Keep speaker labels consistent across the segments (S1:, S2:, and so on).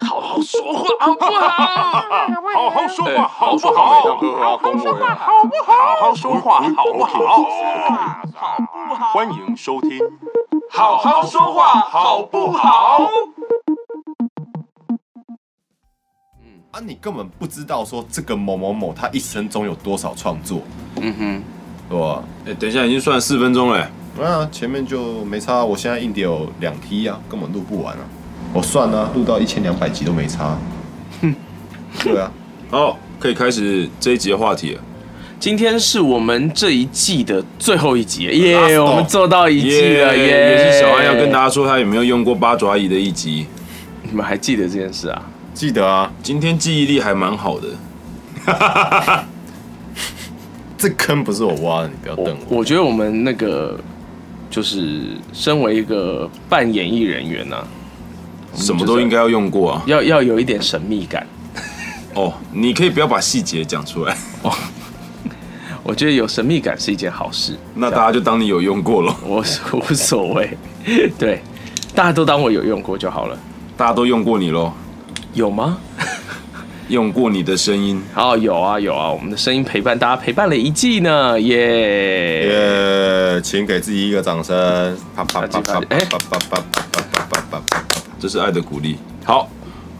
S1: 好说话好不好？
S2: 好好说
S1: 哎
S2: 话，好不
S1: 好
S2: 好？
S1: 好好说话，
S2: 好不好？好好说话，好不好？
S1: 好不好？
S2: 欢迎收听，
S1: 好好说话好不好？
S3: 啊，你根本不知道说这个某某某他一生中有多少创作，
S1: 嗯哼，
S3: 对吧？
S4: 哎，等一下，已经算四分钟了。欸
S3: 那、啊、前面就没差，啊我现在硬碟有两 T 啊，根本录不完啊。我算啊，录到一千两百集都没差。啊 对啊，
S4: 好，可以开始这一集的话题了。
S1: 今天是我们这一季的最后一集，耶、
S3: Last
S1: 我们做到一季了，耶、
S4: 也是小安要跟大
S1: 家，
S4: 家说他有没有用过八爪椅的一集。
S1: 你们还记得这件事啊？
S3: 记得啊，
S4: 今天记忆力还蛮好的，
S3: 这坑不是我挖的，你不要瞪我。
S1: 我觉得我们那个就是身为一个扮演艺人员呢、啊，
S4: 什么都应该要用过啊。
S1: 要要有一点神秘感。
S4: 哦，你可以不要把细节讲出来，
S1: 我觉得有神秘感是一件好事，
S4: 那大家就当你有用过了。
S1: 我是 无所谓。对，大家都当我有用过就好了，
S4: 大家都用过你喽，
S1: 有吗？
S4: 用过你的声音。
S1: 哦，有啊有啊，我们的声音陪伴大家陪伴了一季呢，耶、
S3: 耶、呃请给自己一个掌声！啪啪啪啪啪啪啪啪啪啪啪啪。
S4: 这是爱的鼓励。好，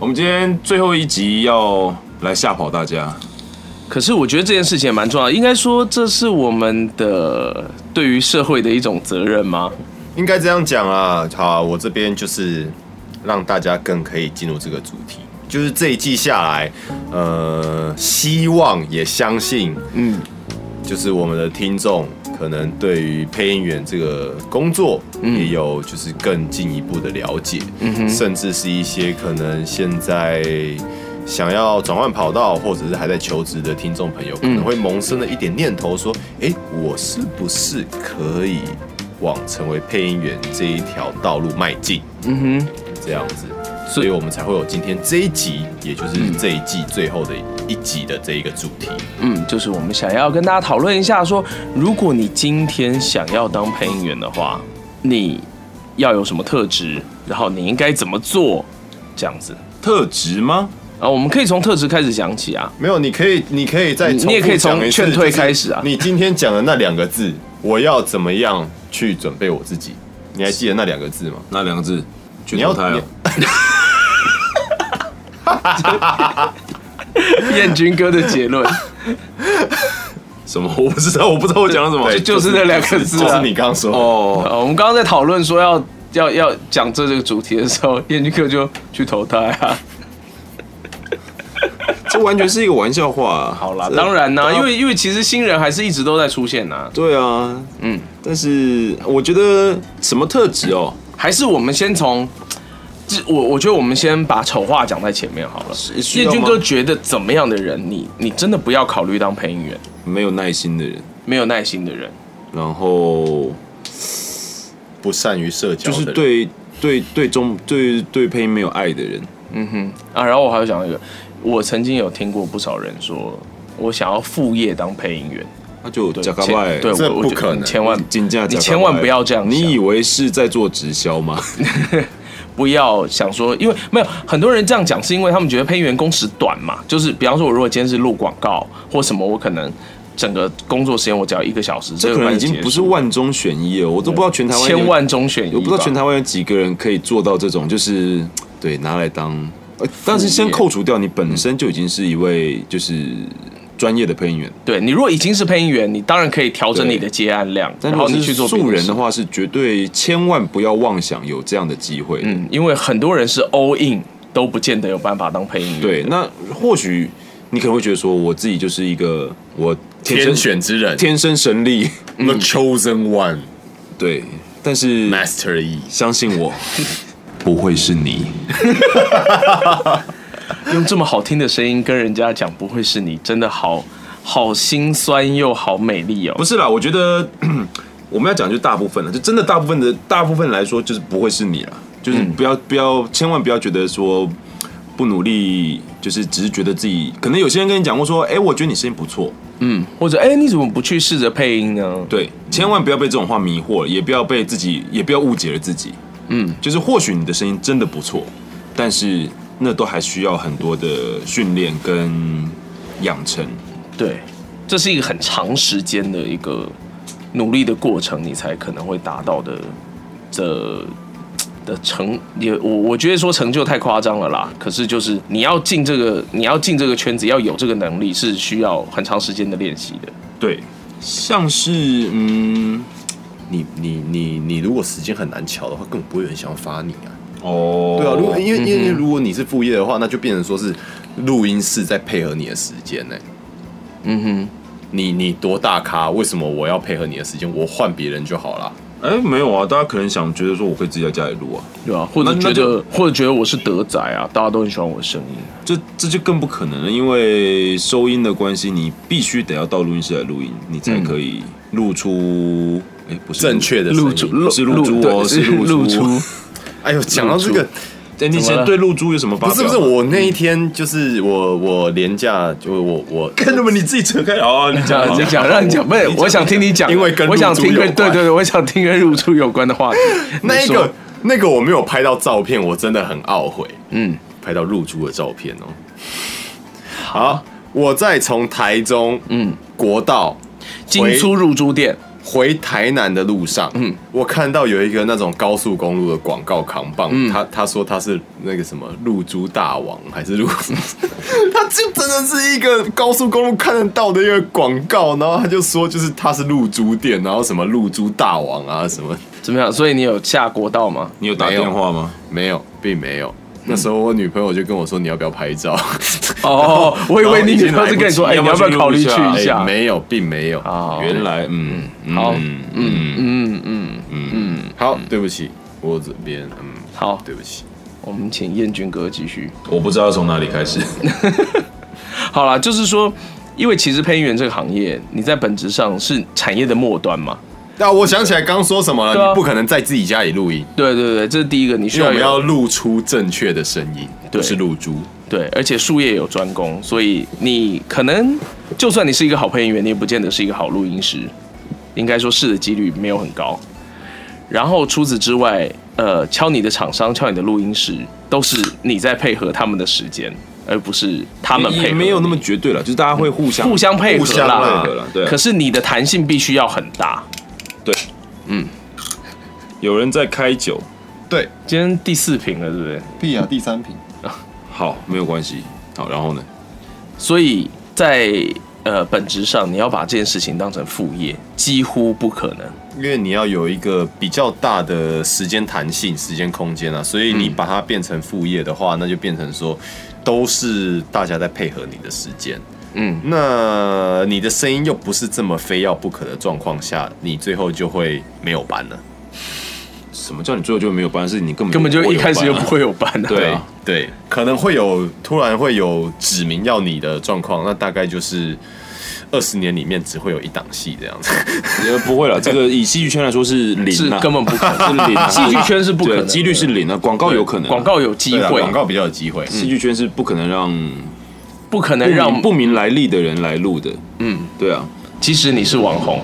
S4: 我们今天最后一集要来吓跑大家。
S1: 可是我觉得这件事情也蛮重要的，应该说这是我们的对于社会的一种责任吗？
S3: 应该这样讲啊。好，我这边就是让大家更可以进入这个主题，就是这一季下来，呃，希望也相信，嗯，就是我们的听众可能对于配音员这个工作
S4: 嗯
S3: 也有就是更进一步的了解，嗯、甚至是一些可能现在。想要转换跑道，或者是还在求职的听众朋友，可
S1: 嗯
S3: 能会萌生了一点念头，说：“诶，我是不是可以往成为配音员这一条道路迈进，
S1: 嗯哼，
S3: 这样子，所以我们才会有今天这一集，也就是这一季最后的一集的这一个主题。
S1: 嗯，就是我们想要跟大家讨论一下说如果你今天想要当配音员的话，你要有什么特质，然后你应该怎么做，这样子。
S4: 特质吗？
S1: 啊，我们可以从特质开始讲起啊。
S3: 没有，你可以，你可以再
S1: 你
S3: 重复
S1: 你也可以从
S3: 讲一次
S1: 劝退开始啊
S3: 就是你今天讲的那两个字，我要怎么样去准备我自己？你还记得那两个字吗？
S4: 那两个字，去
S3: 你要
S4: 投胎哦。
S1: 燕军哥的结论啊
S4: 什么？我不知道，我不知道我讲了什么。
S3: 对
S1: 就是那两个字
S3: 就
S1: 啊
S3: 是你刚刚说的，
S4: 哦，
S1: 呃，我们刚刚在讨论说要要要讲这这个主题的时候， 燕军哥就去投胎啊。
S4: 这完全是一个玩笑话、啊。
S1: 好啦，
S4: 这
S1: 当然啦、
S4: 大家
S1: 因为因为其实新人还是一直都在出现呐、
S4: 对啊，
S1: 嗯
S4: 嗯，但是我觉得什么特质哦，
S1: 还是我们先从。这我我觉得我们先把丑话讲在前面好了。
S4: 需
S1: 叶
S4: 要
S1: 军
S4: 吗
S1: 哥觉得怎么样的人，你你真的不要考虑当配音员，
S4: 没有耐心的人，
S1: 没有耐心的人，
S4: 然后
S3: 不善于社交
S4: 就
S3: 的
S4: 是
S3: 人，
S4: 对对对中对对配音没有爱的人，
S1: 啊，然后我还有讲一个，我曾经有听过不少人说，我想要副业当配音员，
S4: 那就
S1: 对
S4: 假嘎
S1: 千
S4: 拜，
S1: 对，
S3: 这
S1: 我我
S3: 不
S1: 觉得
S3: 可
S1: 你
S3: 能
S1: 千万
S4: 金价，
S1: 你千万不要这样想
S4: 你以为是在做直销吗？
S1: 不要想说，因为没有很多人这样讲，是因为他们觉得配音员工时短嘛，就是比方说，我如果今天是录广告或什么，我可能整个工作时间我只要一个小时，
S4: 这可能已
S1: 个
S4: 经
S1: 班
S4: 不
S1: 结束
S4: 是万中选一了，我都不知道全台湾有
S1: 千万中选一吧，
S4: 我不知道全台湾有几个人可以做到这种，就是对拿来当，呃但是先扣除掉你本身就已经是一位就是专业的配音员，
S1: 对你如果已经是配音员，你当然可以调整你的接案量，
S4: 但
S1: 然后
S4: 如果
S1: 你
S4: 是
S1: 去做别
S4: 素人
S1: 事
S4: 的，话，是绝对千万不要妄想有这样的机会。
S1: 嗯，因为很多人是 all in 都不见得有办法当配音员，
S4: 对，那或许你可能会觉得说，我自己就是一个我天生
S3: 天选之人
S4: 天嗯生神力，
S3: ，The Chosen One
S4: 对，但是
S3: Master E。
S4: 相信我，不会是你。
S1: 用这么好听的声音跟人家讲不会是你，真的好好心酸又好美丽哦
S4: 不。是啦，我觉得 我们要讲就大部分了，就真的大部分的大部分来说，就是不会是你啦，就是不要、不要，千万不要觉得说不努力，就是只是觉得自己，可能有些人跟你讲过说，哎、我觉得你声音不错，
S1: 嗯，或者哎、你怎么不去试着配音呢？
S4: 对，千万不要被这种话迷惑了，也不要被自己，也不要误解了自己，嗯，就是或许你的声音真的不错，但是那都还需要很多的训练跟养成。
S1: 对，这是一个很长时间的一个努力的过程，你才可能会达到的的的成也我我觉得说成就太夸张了啦。可是就是你要进这个你要进这个圈子，要有这个能力是需要很长时间的练习的。
S4: 对，像是嗯，
S3: 你你你你如果时间很难瞧的话，根本不会有人想要发你啊。
S4: 哦，
S3: 对啊，如果因为因为如果你是副业的话，那就变成说是录音室在配合你的时间呢、
S1: 嗯哼，
S3: 你你多大咖？为什么我要配合你的时间？我换别人就好啦。
S4: 哎没有啊，大家可能想觉得说我可以自己在家里录啊，
S1: 对啊，或者
S4: 那
S1: 觉
S4: 那
S1: 得
S4: 就
S1: 或者觉得我是德仔啊，大家都很喜欢我的声音。
S4: 这这就更不可能了，因为收音的关系，你必须得要到录音室来录音，你
S1: 嗯
S4: 才可以录出哎、不是
S3: 正确的声
S1: 露
S3: 音
S1: 珠露
S4: 是露珠哦
S1: 对
S4: 是露珠
S1: 露珠。
S3: 哎呦，讲到这个，
S4: 哎、你
S1: 怎么
S4: 以前
S1: 了
S4: 对露珠有什么发
S3: 不
S4: 表？
S3: 是不是，我那一天就是我我廉价，就我我
S4: 看他们你自己扯开哦，你讲
S1: 讲 你
S4: 你
S1: 讲，让你讲，不是，我想听你讲，
S3: 因为跟
S1: 我想听
S3: 入住有
S1: 跟对
S3: 关。
S1: 对对，我想听跟入住有关的话题
S3: 那一
S1: 你说
S3: 个那个我没有拍到照片，我真的很懊悔，
S1: 嗯，
S3: 拍到入住的照片哦。好，我再从台中
S1: 嗯
S3: 国道
S1: 进出入住店，
S3: 回台南的路上，嗯，我看到有一个那种高速公路的广告扛棒，
S1: 嗯
S3: 他他说他是那个什么露珠大王还是露 珠，他就真的是一个高速公路看得到的一个广告，然后他就说就是他是露珠店，然后什么露珠大王啊什么，
S1: 怎么样？所以你有下国道吗？
S4: 你有打电话吗？
S3: 没有，并没有。
S1: 嗯
S3: 那时候我女朋友就跟我说你要不要拍照，
S1: 哦，我以为你
S3: 已经
S1: 女朋友是跟你说，
S4: 来
S1: 哎，
S4: 不
S1: 你
S4: 及
S1: 要不要
S4: 要不要去
S1: 考虑
S4: 录一
S1: 去
S4: 下
S1: 一下？
S3: 哎没有，并没有。
S1: 哦
S4: 原来嗯，
S1: 好
S4: 嗯嗯
S1: 嗯嗯，
S3: 好，对不起，我这边嗯，
S1: 好，
S3: 对不起。
S1: 我们请燕军哥继续。
S4: 我不知道从哪里开始。
S1: 好啦，就是说，因为其实配音员这个行业，你在本质上是产业的末端嘛。
S3: 那我想起来刚说什么
S1: 对啊
S3: 了，你不可能在自己家里录音。
S1: 对对对，这是第一个，你需
S3: 因为
S1: 要
S3: 我
S1: 有
S3: 们要露出正确的声音，
S1: 对
S3: 不是露珠。
S1: 对，而且术业有专攻，所以你可能就算你是一个好配音员，你也不见得是一个好录音师，应该说是的几率没有很高。然后除此之外，呃，敲你的厂商、敲你的录音师，都是你在配合他们的时间，而不是他们配合
S4: 也
S1: 你
S4: 没有那么绝对了，就是大家会互相
S1: 互相配合
S3: 互相
S1: 啦
S3: 啦。
S4: 配合了。对啊，
S1: 可是你的弹性必须要很大。
S4: 对，
S1: 嗯，
S4: 有人在开酒，
S3: 对，
S1: 今天第四瓶了，对不对？
S3: 屁啊，第三瓶。
S4: 好，没有关系。好，然后呢？
S1: 所以在呃本质上，你要把这件事情当成副业，几乎不可能。
S3: 因为你要有一个比较大的时间弹性、时间空间啊，所以
S1: 嗯
S3: 你把它变成副业的话，那就变成说都是大家在配合你的时间。
S1: 嗯，
S3: 那你的声音又不是这么非要不可的状况下，你最后就会没有班了。
S4: 什么叫你最后就没有班？是你根本
S1: 根本就一开始就
S4: 不
S1: 不
S4: 会有班啊。
S1: 会有班的、
S4: 对啊
S3: 对，可能会有突然会有指名要你的状况，那大概就是二十年里面只会有一档戏这样子。
S4: 呃，不会了。这个以戏剧圈来说是零
S1: 是
S4: 啊，
S1: 根本不可能。
S4: 是零啊。
S1: 戏剧圈是不可能
S4: 对
S1: 的
S4: 几率是零啊。广告有可能啊，嗯
S1: 广告有机
S3: 对啊嗯
S1: 会，
S3: 广告比较有机会。
S4: 戏剧圈是不可能让
S1: 不可
S4: 不
S1: 能
S4: 明
S1: 让
S4: 不明来历的人来录的。
S1: 嗯，
S4: 对啊，
S1: 即使你是网红，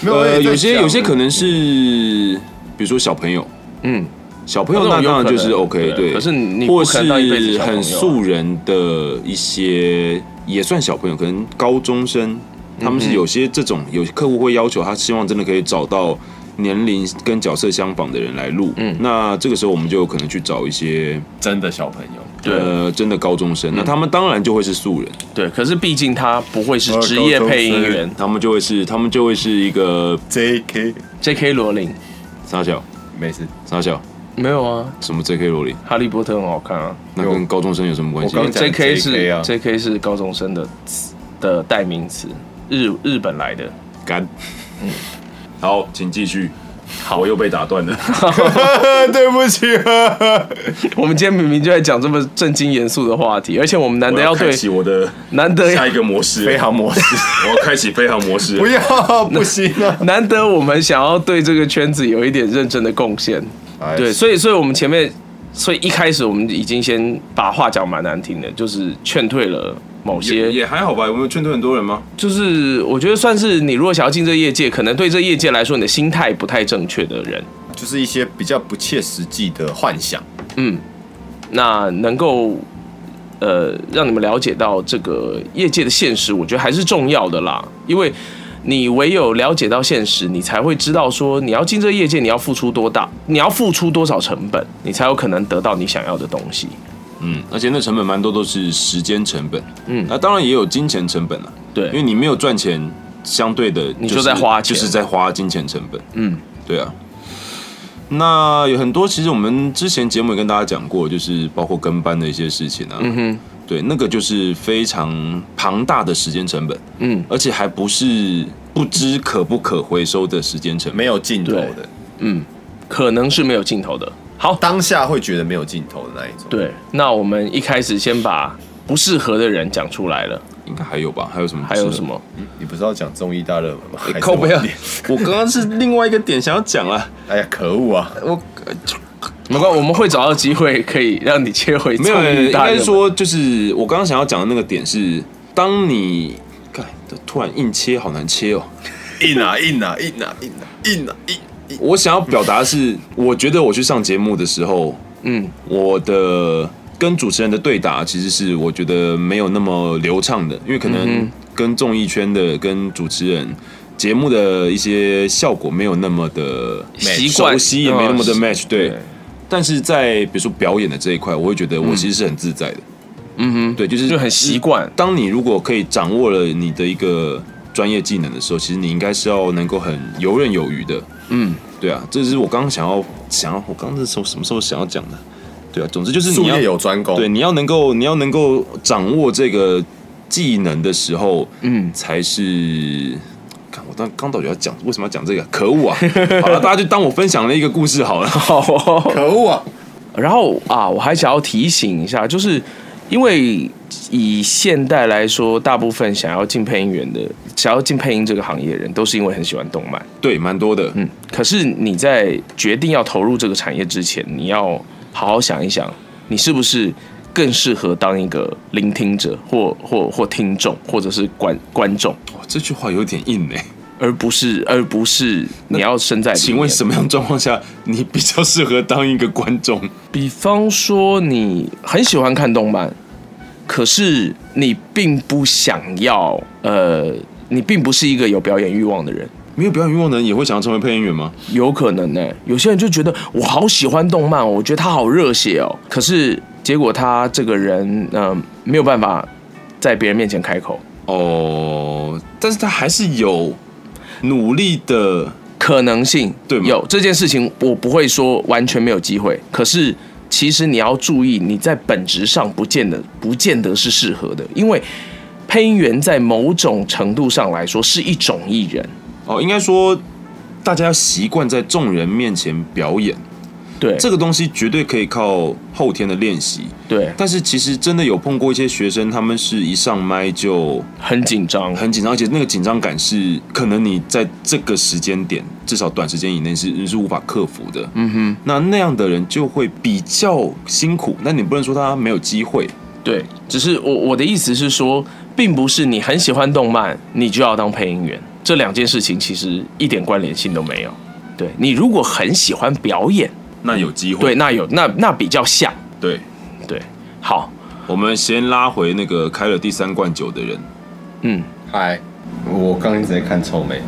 S3: 没
S4: 呃，有些有些可
S3: 能
S4: 能是，比如说小朋友，
S1: 嗯，
S4: 小朋友那当然就是 OK，
S1: 对
S4: 对。
S1: 可是你
S4: 或
S1: 不可能当一辈子
S4: 是
S1: 小朋友啊
S4: 很素人的一些，也算小朋友，可能高中生，
S1: 嗯
S4: 他们是有些这种，有些客户会要求他希望真的可以找到年龄跟角色相仿的人来录。嗯，那这个时候我们就有可能去找一些
S3: 真的小朋友，
S1: 对嗯
S4: 呃真的高中生，那他们当然就会是素人，
S1: 对。可是毕竟他不会
S4: 呃
S1: 是职业配音员
S4: 他们就会是他们就会是一个
S3: J.K.
S1: ，J.K. 罗琳
S4: 傻小
S3: 没事，
S4: 傻小
S1: 没有啊，
S4: 什么 J.K. 罗琳，
S1: 《哈利波特》很好看啊
S4: 那跟高中生有什么关系
S3: 我？刚讲
S1: ，J.K. 是
S3: JK 啊
S1: J.K. 是高中生的词的代名词，日日本来的。
S4: 干。 好，请继续。好，我又被打断了。
S3: 对不起啊，
S1: 我们今天明明就在讲这么正经严肃的话题，而且我们难
S4: 我
S1: 得要
S4: 开
S1: 对
S4: 启我的
S1: 难得
S4: 下一个模式，
S3: 飞，航模式，
S4: 我要开启飞航模式。
S3: 不要，不行啊。
S1: 难得我们想要对这个圈子有一点认真的贡献，
S3: 哎
S1: 对，所以所以我们前面，所以一开始我们已经先把话讲蛮难听的，就是劝退了某
S4: 也
S1: 些，
S4: 也还好吧，我们劝退很多人吗？
S1: 就是我觉得算是你如果想要进这业界，可能对这业界来说你的心态不太正确的人，
S3: 就是一些比较不切实际的幻想。
S1: 嗯，那能够呃让你们了解到这个业界的现实，我觉得还是重要的啦，因为你唯有了解到现实，你才会知道说你要进这个业界，你要付出多大，你要付出多少成本，你才有可能得到你想要的东西。
S4: 嗯，而且那成本蛮多都是时间成本，
S1: 嗯
S4: 嗯，那当然也有金钱成本啊，
S1: 对
S4: 因为你没有赚钱，相对的、
S1: 你
S4: 是
S1: 就在花钱
S4: 就是在花金钱成本，
S1: 嗯，
S4: 对啊。那有很多，其实我们之前节目也跟大家讲过，就是包括跟班的一些事情啊，嗯
S1: 哼，
S4: 对，那个就是非常庞大的时间成本，
S1: 嗯，
S4: 而且还不是不知可不可回收的时间成本，
S3: 没有尽头
S1: 对
S3: 的，
S1: 可能是没有尽头的。好，
S3: 当下会觉得没有尽头的那一种。
S1: 对，那我们一开始先把不适合的人讲出来了，
S4: 应该还有吧？还有什么？
S1: 还有什？么？啊
S3: 你不是要讲综艺大热门吗？还是
S4: 靠不
S3: 我
S4: 要！ 我刚刚是另外一个点想要讲啊，
S3: 哎呀，可恶啊！
S4: 我
S1: 没关系，我们会找到机会可以让你切回
S4: 没有，
S1: 综艺
S4: 应
S1: 大热门
S4: 该说就是我刚刚想要讲的那个点是，当你看突然硬切，好难切哦。
S3: 硬啊硬啊硬啊硬啊硬啊硬！
S4: 我想要表达的是，我觉得我去上节目的时候，
S1: 嗯，
S4: 我的跟主持人的对答其实是我觉得没有那么流畅的，因为可
S1: 嗯
S4: 能跟综艺圈的跟主持人节目的一些效果没有那么的
S1: 习惯
S4: 熟悉也没那么的
S1: 嗯
S4: match 对。但是在比如说表演的这一块，我会觉得我其实是很自在的。嗯哼，对，就是
S1: 就很习惯
S4: 当你如果可以掌握了你的一个专业技能的时候，其实你应该是要能够很游刃有余的。
S1: 嗯，
S4: 对啊，这是我刚刚想要想要我刚刚是从什么时候想要讲的？对啊，总之就是
S3: 术
S4: 你要
S3: 业有专攻，
S4: 对，你要能够你要能够掌握这个技能的时候，
S1: 嗯
S4: 才是。看我当刚到底要讲为什么要讲这个？可恶啊！ 好了，大家就当我分享了一个故事好了。
S1: 好、哦。
S3: 可恶啊！
S1: 然后啊，我还想要提醒一下，就是因为以现代来说，大部分想要进配音员的，想要进配音这个行业的人，都是因为很喜欢动漫。
S4: 对，蛮多的。
S1: 嗯，可是你在决定要投入这个产业之前，你要好好想一想，你是不是更适合当一个聆听者，或或或听众，或者是观观众，
S4: 哇，这句话有点硬哎、
S1: 而不是而不是你要身在里面。
S4: 请问什么样状况下你比较适合当一个观 众？
S1: 比方说，你很喜欢看动漫，可是你并不想要，呃，你并不是一个有表演欲望的人。
S4: 没有表演欲望的人也会想要成为配音员吗？
S1: 有可能呢、有些人就觉得我好喜欢动漫哦，我觉得他好热血哦，可是结果他这个人，嗯、没有办法在别人面前开口，
S4: 哦，但是他还是有努力的。
S1: 可能性
S4: 对嘛
S1: 有这件事情，我不会说完全没有机会，可是其实你要注意，你在本质上不见得不见得是适合的，因为配音员在某种程度上来说是一种艺人，
S4: 哦，应该说大家要习惯在众人面前表演，
S1: 对，
S4: 这个东西绝对可以靠后天的练习。
S1: 对
S4: 但是其实真的有碰过一些学生，他们是一上麦就
S1: 很紧张，
S4: 很紧张，而且那个紧张感是可能你在这个时间点，至少短时间以内是你是无法克服的。嗯哼，那那样的人就会比较辛苦。那你不能说他没有机会，
S1: 对，只是我我的意思是说，并不是你很喜欢动漫，你就要当配音员，这两件事情其实一点关联性都没有。对你如果很喜欢表演，
S4: 那有机
S1: 对，那有那那比较像，
S4: 对，
S1: 对，好，
S4: 我们先拉回那个开了第三罐酒的人。
S1: 嗯。
S3: 嗨，我刚一直在看臭美。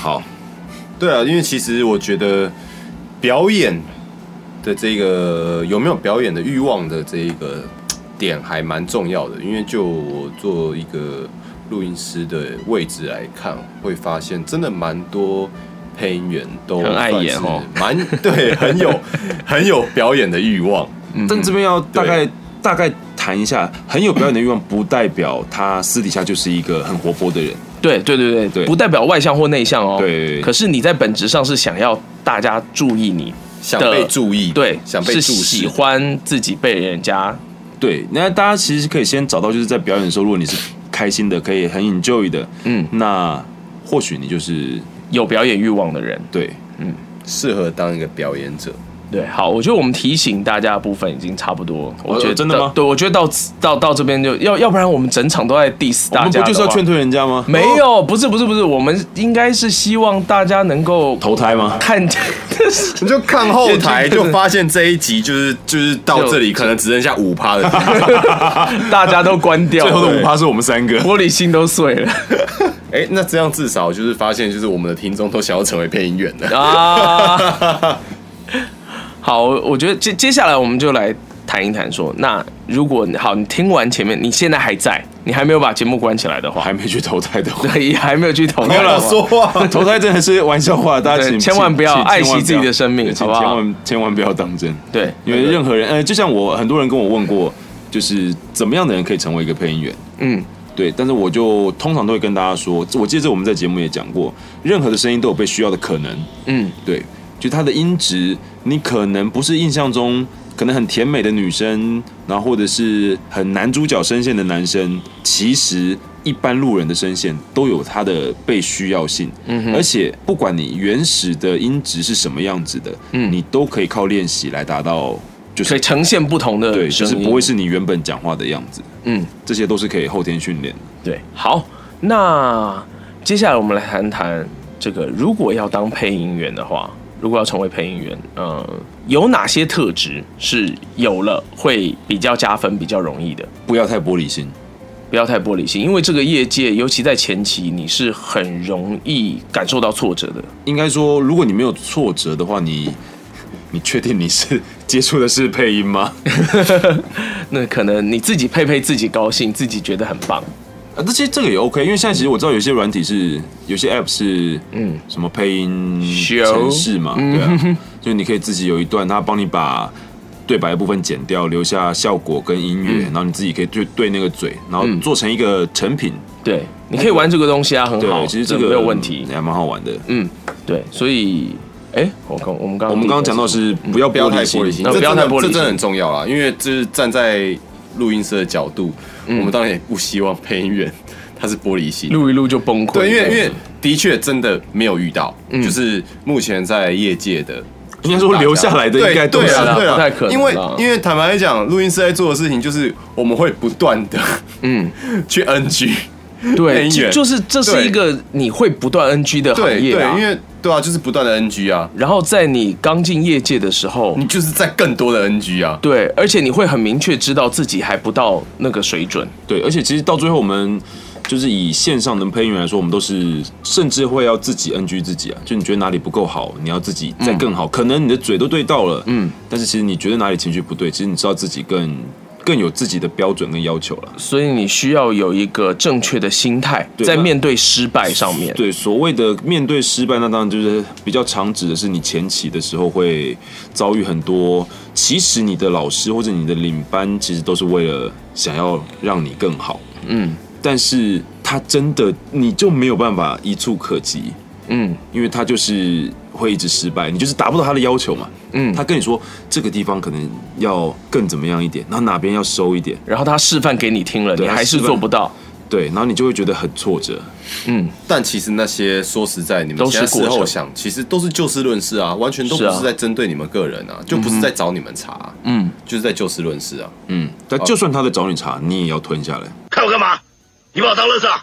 S4: 好，
S3: 对啊，因为其实我觉得表演的这
S4: 呃
S3: 个有没有表演的欲望的这一个点还蛮重要的，因为就我做一个录音师的位置来看，会发现真的蛮多配音员都
S1: 很爱演哦
S3: 哦，蛮对，很 有很有表演的欲望。
S1: 嗯
S4: 但这边要大概大概谈一下，很有表演的欲望，不代表他私底下就是一个很活泼的人。
S1: 对对对对
S4: 对
S1: 不代表外向或内向哦。
S4: 对
S1: 可是你在本质上是想要大家注意你，
S3: 想被注意，
S1: 对，
S3: 想被注
S1: 是
S3: 视
S1: 喜，欢自己被人家
S4: 对，那大家其实可以先找到，就是在表演的时候，如果你是开心的，可以很 enjoy 的，
S1: 嗯
S4: 那或许你就是
S1: 有表演欲望的人。
S4: 对，
S3: 适合当一个表演者。
S1: 对，好，我觉得我们提醒大家的部分已经差不多。我觉得
S4: 哦真的
S1: 到
S4: 吗
S1: 对，我觉得到此到到这边就要，要不然我们整场都在 diss
S4: 我
S1: 大
S4: 们
S1: 家
S4: 不
S1: 的话。
S4: 就是要劝退人家吗？
S1: 没有，不是不是不是，我们应该是希望大家能够
S4: 投胎吗？
S1: 看，
S3: 你就看后台 就发现这一集就是就是到这里可能只剩下五 趴的地方，
S1: 大家都关掉
S4: 最后的
S1: 了，
S4: 五趴是我们三个，
S1: 玻璃心都碎了
S3: 哎，那这样至少就是发现就是我们的听众都想要成为配音员 的。
S1: 啊！ 好，我觉得接接下来我们就来谈一谈说，那如果好，你听完前面，你现在还在，你还没有把节目关起来的话，
S4: 还没去投胎 的话，
S1: 对，还没有去投胎的话，
S3: 话，
S4: 投胎真的是玩笑话，大家
S1: 对
S4: 请
S1: 千万不要
S4: 请
S1: 爱惜
S4: 千万
S1: 自己的生命
S4: 对请
S1: 好不好
S4: 千万千万不要当真，
S1: 对
S4: 因为任何人，呃，就像我很多人跟我问过，就是怎么样的人可以成为一个配音员？
S1: 嗯，
S4: 对，但是我就通常都会跟大家说，我记得这我们在节目也讲过，任何的声音都有被需要的可能，
S1: 嗯，
S4: 对，就它的音质，你可能不是印象中可能很甜美的女生，然后或者是很男主角声线的男生，其实一般路人的声线都有它的被需要性。嗯，而且不管你原始的音质是什么样子的，嗯，你都可以靠练习来达到，就
S1: 所以
S4: 是
S1: 呈现不同的
S4: 对，
S1: 声
S4: 就是
S1: 音，
S4: 不会是你原本讲话的样子。
S1: 嗯，
S4: 这些都是可以后天训练的。
S1: 对，好，那接下来我们来谈谈这个，如果要当配音员的话，如果要成为配音员，嗯，有哪些特质是有了会比较加分、比较容易的？
S4: 不要太玻璃心，
S1: 不要太玻璃心，因为这个业界，尤其在前期，你是很容易感受到挫折的。
S4: 应该说，如果你没有挫折的话，你你确定你是接触的是配音吗？
S1: 那可能你自己配配自己高兴，自己觉得很棒，
S4: 啊，这些这个也 OK，因为现在其实我知道有些软体是，有些 App 是，嗯，什么配音
S1: Show
S4: 程式嘛，对啊，就你可以自己有一段，它帮你把对白的部分剪掉，留下效果跟音乐，然后你自己可以对对那个嘴，然后做成一个成品，
S1: 对，你可以玩这个东西啊，很好，
S4: 对，其实这个
S1: 没有问题
S4: 嗯。还蛮好玩的。
S1: 嗯，对，所以，哎、我刚我们刚
S4: 我们刚刚讲到是不要
S3: 不要
S4: 玻
S3: 太
S4: 璃
S3: 玻璃心，
S1: 那
S3: 这
S1: 不要
S3: 真的
S1: 太玻璃心
S3: 这真的很重要啦。因为这是站在录音师的角度，
S1: 嗯
S3: 我们当然也不希望配音员他是玻璃心。
S1: 录一录就崩溃，
S3: 对，因为因为的确真的没有遇到，
S1: 嗯
S3: 就是目前在业界的。
S4: 应该说留下来的应该都
S3: 对
S4: 是
S3: 对
S1: 啦
S3: 啊，对啊
S1: 不太可能啦
S3: 因为因为坦白讲，录音师在做的事情就是我们会不断的
S1: 嗯，
S3: 去 NG，
S1: 对，
S3: 配音
S1: 就
S3: 员
S1: 就是这是一个你会不断 NG 的行
S3: 对
S1: 业啊。
S3: 对，因为对啊，就是不断的 NG 啊，
S1: 然后在你刚进业界的时候
S3: 你，就是在更多的 NG 啊，
S1: 对，而且你会很明确知道自己还不到那个水准。
S4: 对，而且其实到最后我们就是以线上的配音员来说，我们都是甚至会要自己 NG 自己啊，就你觉得哪里不够好，你要自己再更好。可能你的嘴都对到了，嗯，但是其实你觉得哪里情绪不对，其实你知道自己更更有自己的标准跟要求了。
S1: 所以你需要有一个正确的心态，
S4: 对
S1: 在
S4: 那
S1: 面对失败上面。
S4: 对，所谓的面对失败，那当然就是比较常指的是你前期的时候会遭遇很多，其实你的老师或者你的领班其实都是为了想要让你更好，嗯，但是他真的你就没有办法一触可及，
S1: 嗯，
S4: 因为他就是会一直失败，你就是达不到他的要求嘛，嗯，他跟你说这个地方可能要更怎么样一点，然后哪边要收一点，
S1: 然后他示范给你听了，
S4: 对
S1: 你还是
S4: 他示范
S1: 做不到，
S4: 对，然后你就会觉得很挫折，
S3: 但其实那些说实在，你们
S1: 都是
S3: 现在事
S1: 过
S3: 后
S1: 程
S3: 想，其实都是就事论事啊，完全都
S1: 是
S3: 不
S1: 啊
S3: 是在针对你们个人啊，就不是在找你们茬、嗯，就是在就事论事啊。
S4: 嗯，但就算他在找你茬，你也要吞下来。
S5: 看我干嘛？你把我当乐色啊？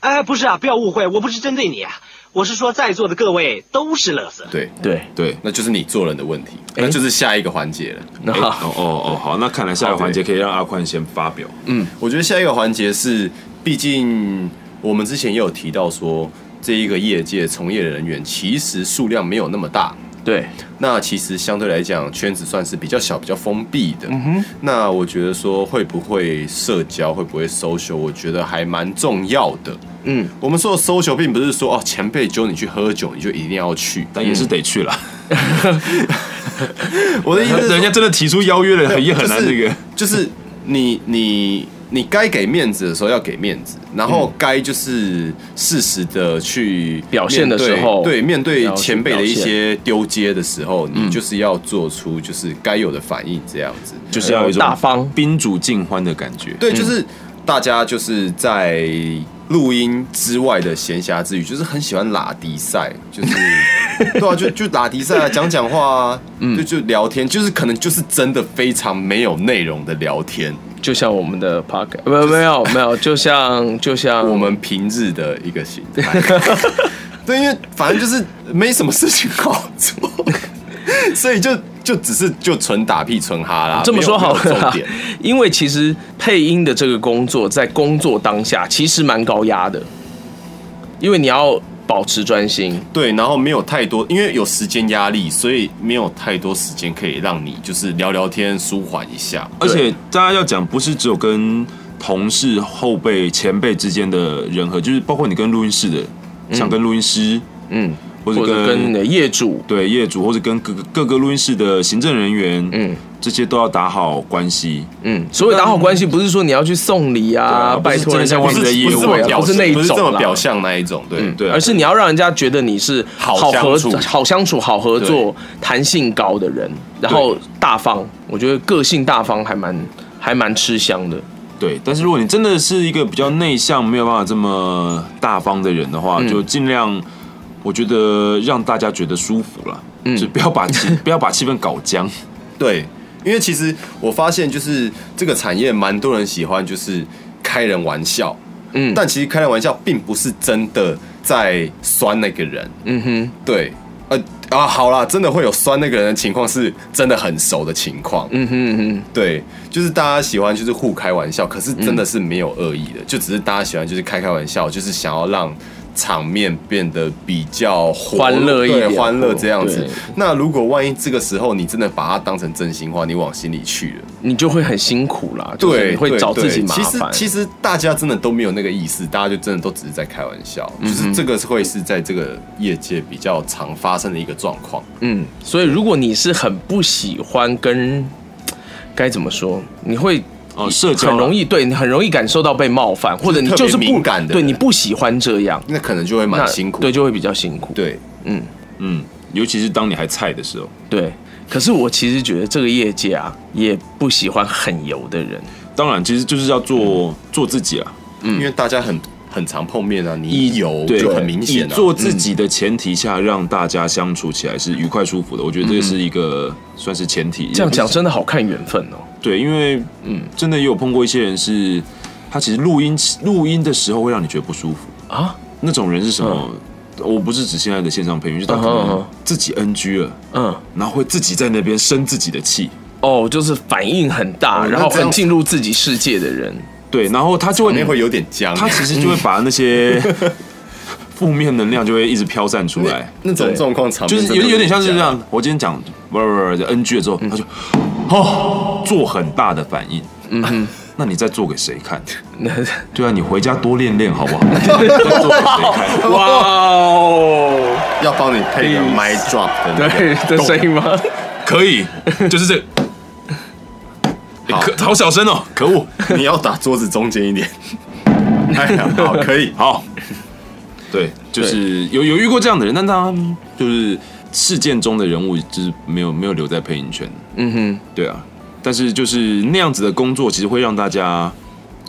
S6: 哎，不是啊，不要误会，我不是针对你啊，我是说在座的各位都是乐色。
S3: 对，
S1: 对，
S4: 对，
S3: 那就是你做人的问题，那就是下一个环节了。
S1: 那、
S4: 哎哦哦哦，好，那看来下一个环节可以让阿宽先发表。
S1: 嗯
S3: 嗯我觉得下一个环节是，毕竟我们之前也有提到说，这一个业界从业的人员其实数量没有那么大，
S1: 对，
S3: 那其实相对来讲，圈子算是比较小、比较封闭的。嗯那我觉得说会不会社交，会不会 social，我觉得还蛮重要的。
S1: 嗯，
S3: 我们说的 social 并不是说哦，前辈揪你去喝酒，你就一定要去。
S4: 但也是得去了，
S3: 我的意思
S1: 嗯
S3: 是说，
S4: 人家真的提出邀约 了，也很难这个。
S3: 就是就是你你你该给面子的时候要给面子，然后该就是适时的去
S1: 嗯表现的时候
S3: 面对对面对前辈的一
S1: 要去表嗯
S3: 些丢接的时候，你就是要做出就是该有的反应，这样子。
S4: 就是要有一种
S1: 大方
S4: 宾主尽欢的感觉。
S1: 嗯
S3: 对，就是大家就是在录音之外的闲暇之余，就是很喜欢拉迪赛，就是 对啊，就就拉迪赛啊，讲讲话啊，
S1: 嗯
S3: 就就聊天，就是可能就是真的非常没有内容的聊天，
S1: 就像我们的 p o c k e t
S3: 嗯
S1: 没有没有没有，就像就像
S3: 我们平日的一个形态。 对，因为反正就是没什么事情好做，所以就就只是就纯打屁纯哈啦。
S1: 哦这么说好
S3: 没有
S1: 了啊
S3: 没有重
S1: 啦
S3: 点，
S1: 因为其实配音的这个工作在工作当下其实蛮高压的，因为你要保持专心。
S3: 对，然后没有太多，因为有时间压力，所以没有太多时间可以让你就是聊聊天舒缓一下。
S4: 而且大家要讲，不是只有跟同事、后辈、前辈之间的人和，就是包括你跟录音室的，像跟录音师，
S1: 嗯，
S4: 或者
S1: 或
S4: 跟
S1: 者跟你的业主，
S4: 对业主，或者跟各个各个录音室的行政人员，
S1: 嗯，
S4: 这些都要打好关系。
S1: 嗯，所谓打好关系，不是说你要去送礼啊，
S4: 啊不
S1: 拜
S4: 是
S1: 托人家
S4: 真的
S1: 外
S3: 不
S4: 像
S1: 面
S3: 是
S1: 的业
S3: 不是这
S1: 务
S3: 么
S1: 啊，
S3: 表
S1: 不是
S3: 现，
S1: 那一
S3: 不是这
S1: 种
S3: 么
S1: 啦嗯
S3: 表象那一种，对、
S4: 对啊
S1: 而是你要让人家觉得你是
S3: 好
S1: 好合
S3: 相处
S1: 好相处、好合作、弹性高的人，然后大方。我觉得个性大方还蛮还蛮吃香的。
S4: 对，但是如果你真的是一个比较内向、没有办法这么大方的人的话，
S1: 嗯
S4: 就尽量，我觉得让大家觉得舒服了，嗯，就不要把 气不要把气氛搞僵。
S3: 对，因为其实我发现就是这个产业蛮多人喜欢，就是开人玩笑，
S1: 嗯
S3: 但其实开人玩笑并不是真的在酸那个人，
S1: 嗯哼，
S3: 对，呃啊，好啦，真的会有酸那个人的情况，是真的很熟的情况，
S1: 嗯哼嗯哼，
S3: 对，就是大家喜欢就是互开玩笑，可是真的是没有恶意
S1: 嗯
S3: 的，就只是大家喜欢就是开开玩笑，就是想要让场面变得比较活
S1: 欢乐一点
S3: 对欢乐这样子
S1: 对。
S3: 那如果万一这个时候你真的把它当成真心话，你往心里去了，
S1: 你就会很辛苦啦，就是
S3: 对，
S1: 你会
S3: 对
S1: 找自己
S3: 对
S1: 麻烦。
S3: 其实其实大家真的都没有那个意识，大家就真的都只是在开玩笑，
S4: 嗯
S3: 就是这个会是在这个业界比较常发生的一个状况。
S1: 嗯，所以如果你是很不喜欢跟，该怎么说，你会。
S4: 哦社交啊
S1: 很容易对你很容易感受到被冒犯，或者你就是
S3: 特别
S1: 不
S3: 敏感的人
S1: 对你不喜欢这样，
S3: 那可能就会蛮辛苦
S1: 对，
S3: 的，
S1: 就会比较辛苦。
S3: 对，
S1: 嗯，
S4: 嗯，尤其是当你还菜的时候。
S1: 对。可是我其实觉得这个业界啊，也不喜欢很油的人。
S4: 当然，其实就是要做、
S1: 嗯
S4: 做自己啦，
S3: 因为大家很很常碰面啊，你有
S4: 嗯对
S3: 就很明显
S4: 以
S3: 啊。
S4: 做自己的前提下，让大家相处起来是愉快舒服的。我觉得这是一个算是前提。
S1: 嗯这样讲
S4: 也不是
S1: 真的好看缘分哦。
S4: 对，因为嗯，真的也有碰过一些人是，他其实录音录音的时候会让你觉得不舒服。
S1: 啊，
S4: 那种人是什么？我不是指现在的线上配音，就是他可
S1: 嗯哼嗯
S4: 能
S1: 哼
S4: 自己 NG 了，
S1: 嗯，
S4: 然后会自己在那边生自己的气。
S1: 哦，就是反应很大，
S3: 哦那
S1: 然后
S3: 这
S1: 很
S3: 样
S1: 进入自己世界的人。
S4: 对，然后他就会
S3: 那会有点僵。
S4: 他其实就会把那些负面能量就会一直飘散出来。
S3: 那种状况场面
S4: 就是
S3: 真的
S4: 有有点像是这
S3: 僵，
S4: 样，我今天讲不不不 NG 了之后，
S3: 嗯
S4: 他就哦做很大的反应，嗯那你再做给谁看？对啊，你回家多练练好 不好？啊再做给谁看？
S1: 哇哦，
S3: 要帮你配个
S4: 哎
S3: my drop 的那
S1: 对
S3: 个
S1: 的 声音吗？
S4: 可以，就是这个。
S3: 好
S4: 可好小声哦，可恶！
S3: 动，你要打桌子中间一 点。哎呀，好，可以，
S4: 好，对，就是有有遇过这样的人，但他就是事件中的人物，就是没有没有留在配音圈。
S1: 嗯哼，
S4: 对啊，但是就是那样子的工作，其实会让大家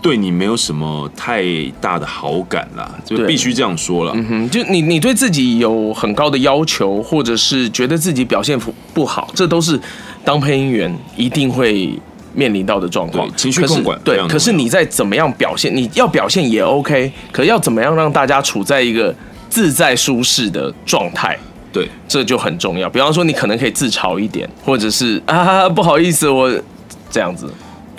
S4: 对你没有什么太大的好感啦，就
S1: 对
S4: 必须这样说啦。
S1: 嗯，就你你对自己有很高的要求，或者是觉得自己表现不不好，这都是当配音员一定会面临到的状况。
S4: 对情绪
S1: 可是
S4: 控管非
S1: 对，
S4: 常
S1: 可是
S4: 重要
S1: 你在怎么样表现，你要表现也 OK，可要怎么样让大家处在一个自在舒适的状态？
S4: 对，
S1: 这就很重要。比方说，你可能可以自嘲一点，或者是啊不好意思，我这样子，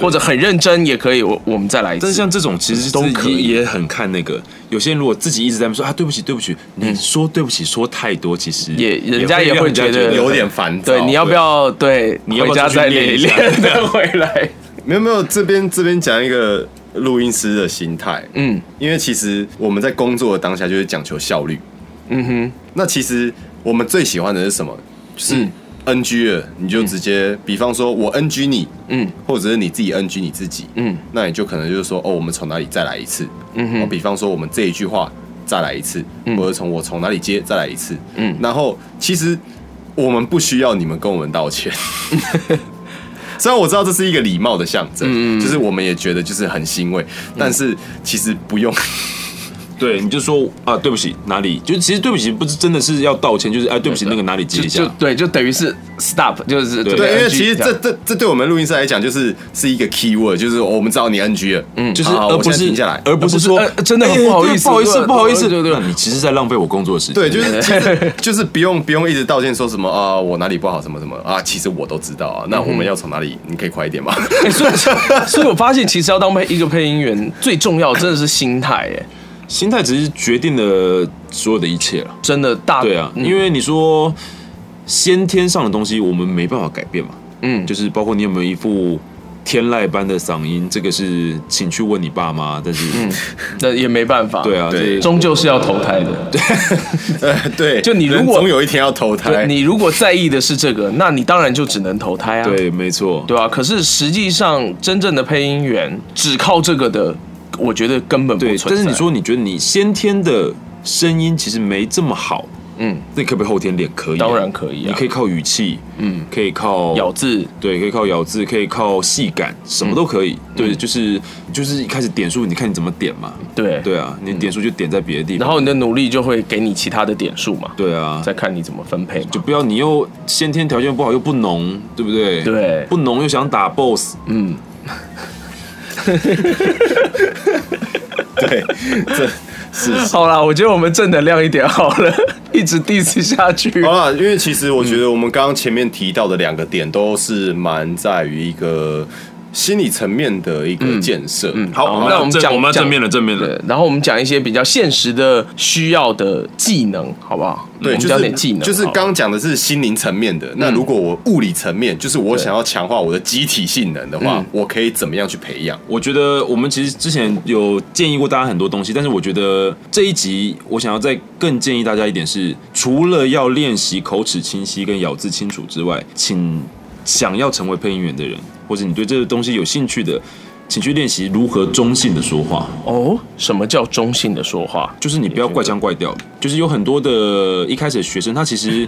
S1: 或者很认真也可以。我我们再来一次。
S4: 但是像这种其实
S1: 都
S4: 是
S1: 可
S4: 也
S1: 以
S4: 也很看那个，有些人如果自己一直在那边说啊对不起对不起，你说对不起说太多，其实
S1: 也人家也
S4: 让
S1: 会
S4: 人家
S1: 觉得
S3: 有点烦躁。
S1: 对，你要不要对？
S4: 你要不
S1: 回家
S4: 要出去
S1: 再
S4: 练一
S1: 练
S4: 下
S1: 练再回 来？
S3: 没有没有，这边这边讲一个录音师的心态，
S1: 嗯
S3: 因为其实我们在工作的当下就是讲求效率。
S1: 嗯哼，
S3: 那其实我们最喜欢的是什么？就是
S1: 嗯
S3: NG 了，你就直接，比方说我 NG 你，
S1: 嗯
S3: 或者是你自己 NG 你自己，
S1: 嗯，
S3: 那你就可能就是说，哦，我们从哪里再来一次，
S1: 嗯哼
S3: 哦比方说我们这一句话再来一次，或者从我从哪里接再来一次，
S1: 嗯
S3: 然后其实我们不需要你们跟我们道 歉。虽然我知道这是一个礼貌
S1: 嗯
S3: 的象征，就是我们也觉得就是很欣慰，但是其实不用，
S4: 对，你就说啊，对不起，哪里？就其实对不起，不是真的是要道歉，就是哎、对不起，那个哪里接
S1: 就
S4: 一
S1: 就
S4: 下。
S1: 对，就等于是 stop，就是
S4: 对
S3: 对，因为
S1: NG
S3: 其实这
S1: 样
S3: 这这对我们录音师来讲，就是是一个 key word，就是我们知道你 NG 了，嗯，
S4: 就是，
S3: 好
S4: 而
S3: 我
S4: 不
S3: 现在
S4: 是
S3: 停下来，
S4: 而不是说
S1: 呃真的很
S4: 哎
S1: 不好
S4: 对
S1: 意思
S4: 不好意思，
S1: 对
S4: 不好意思，
S1: 对对对
S4: 那你其实在浪费我工作的时间。
S3: 对，就是其 实就是不用不用一直道歉，说什么啊、我哪里不好什么什么啊，其实我都知道啊。那我们要从哪里？你可以快一点吗？
S1: 欸所以所以我发现，其实要当配一个配音员，最重要真的是心态，哎，
S4: 心态只是决定了所有的一切了。
S1: 真的大
S4: 对啊，
S1: 嗯
S4: 因为你说先天上的东西，我们没办法改变嘛。
S1: 嗯
S4: 就是包括你有没有一副天籁般的嗓音，这个是请去问你爸妈。但是，
S1: 嗯那也没办法，
S4: 对啊，
S3: 对
S4: 这
S1: 终究是要投胎的。
S3: 呃对，
S1: 就你如
S3: 人
S1: 果
S3: 总有一天要投胎，
S1: 对，你如果在意的是这个，那你当然就只能投胎啊。
S4: 对，没错，
S1: 对啊，可是实际上真正的配音员只靠这个的，我觉得根本不
S4: 对。
S1: 存在。
S4: 但是你，说，你觉得你先天的声音其实没这么好，
S1: 嗯，
S4: 那你可不可以后天练？可以啊，
S1: 当然可以啊
S4: 你可以靠语气，嗯，可以靠
S1: 咬字，
S4: 对，可以靠咬字，可以靠细感，什么都可以。
S1: 嗯
S4: 对，就是就是一开始点数，你看你怎么点嘛。
S1: 对，
S4: 对啊，你点数就点在别的地方。
S1: 然后你的努力就会给你其他的点数嘛，
S4: 对啊，
S1: 再看你怎么分配嘛。
S4: 就不要你又先天条件不好又不浓，对不对？嗯
S1: 对
S4: 不浓又想打 BOSS，
S3: 对， 这是
S1: 好啦，我觉得我们正能量一点好了， 一直 diss 下去。
S3: 好了，因为其实我觉得我们刚刚前面提到的两个点都是蛮在于一个心理层面的一个建设。嗯，
S4: 好
S1: 好那我们
S4: 正
S1: 讲
S4: 我们要
S1: 讲
S4: 正面了，正面了
S1: 对。，然后我们讲一些比较现实的需要的技能，好不好？
S3: 对，
S1: 我们
S3: 就
S1: 讲
S3: 是
S1: 点技能，
S3: 就是
S1: 好了嗯
S3: 刚刚讲的是心灵层面的。那如果我物理层面，就是我想要强化我的机体性能的话
S1: 嗯，
S3: 我可以怎么样去培养？
S4: 我觉得我们其实之前有建议过大家很多东西，但是我觉得这一集我想要再更建议大家一点是，除了要练习口齿清晰跟咬字清楚之外，请想要成为配音员的人，或者你对这个东西有兴趣的，请去练习如何中性的说话。
S1: 哦，什么叫中性的说话？
S4: 就是你不要怪腔怪调，就是有很多的一开始的学生，他其实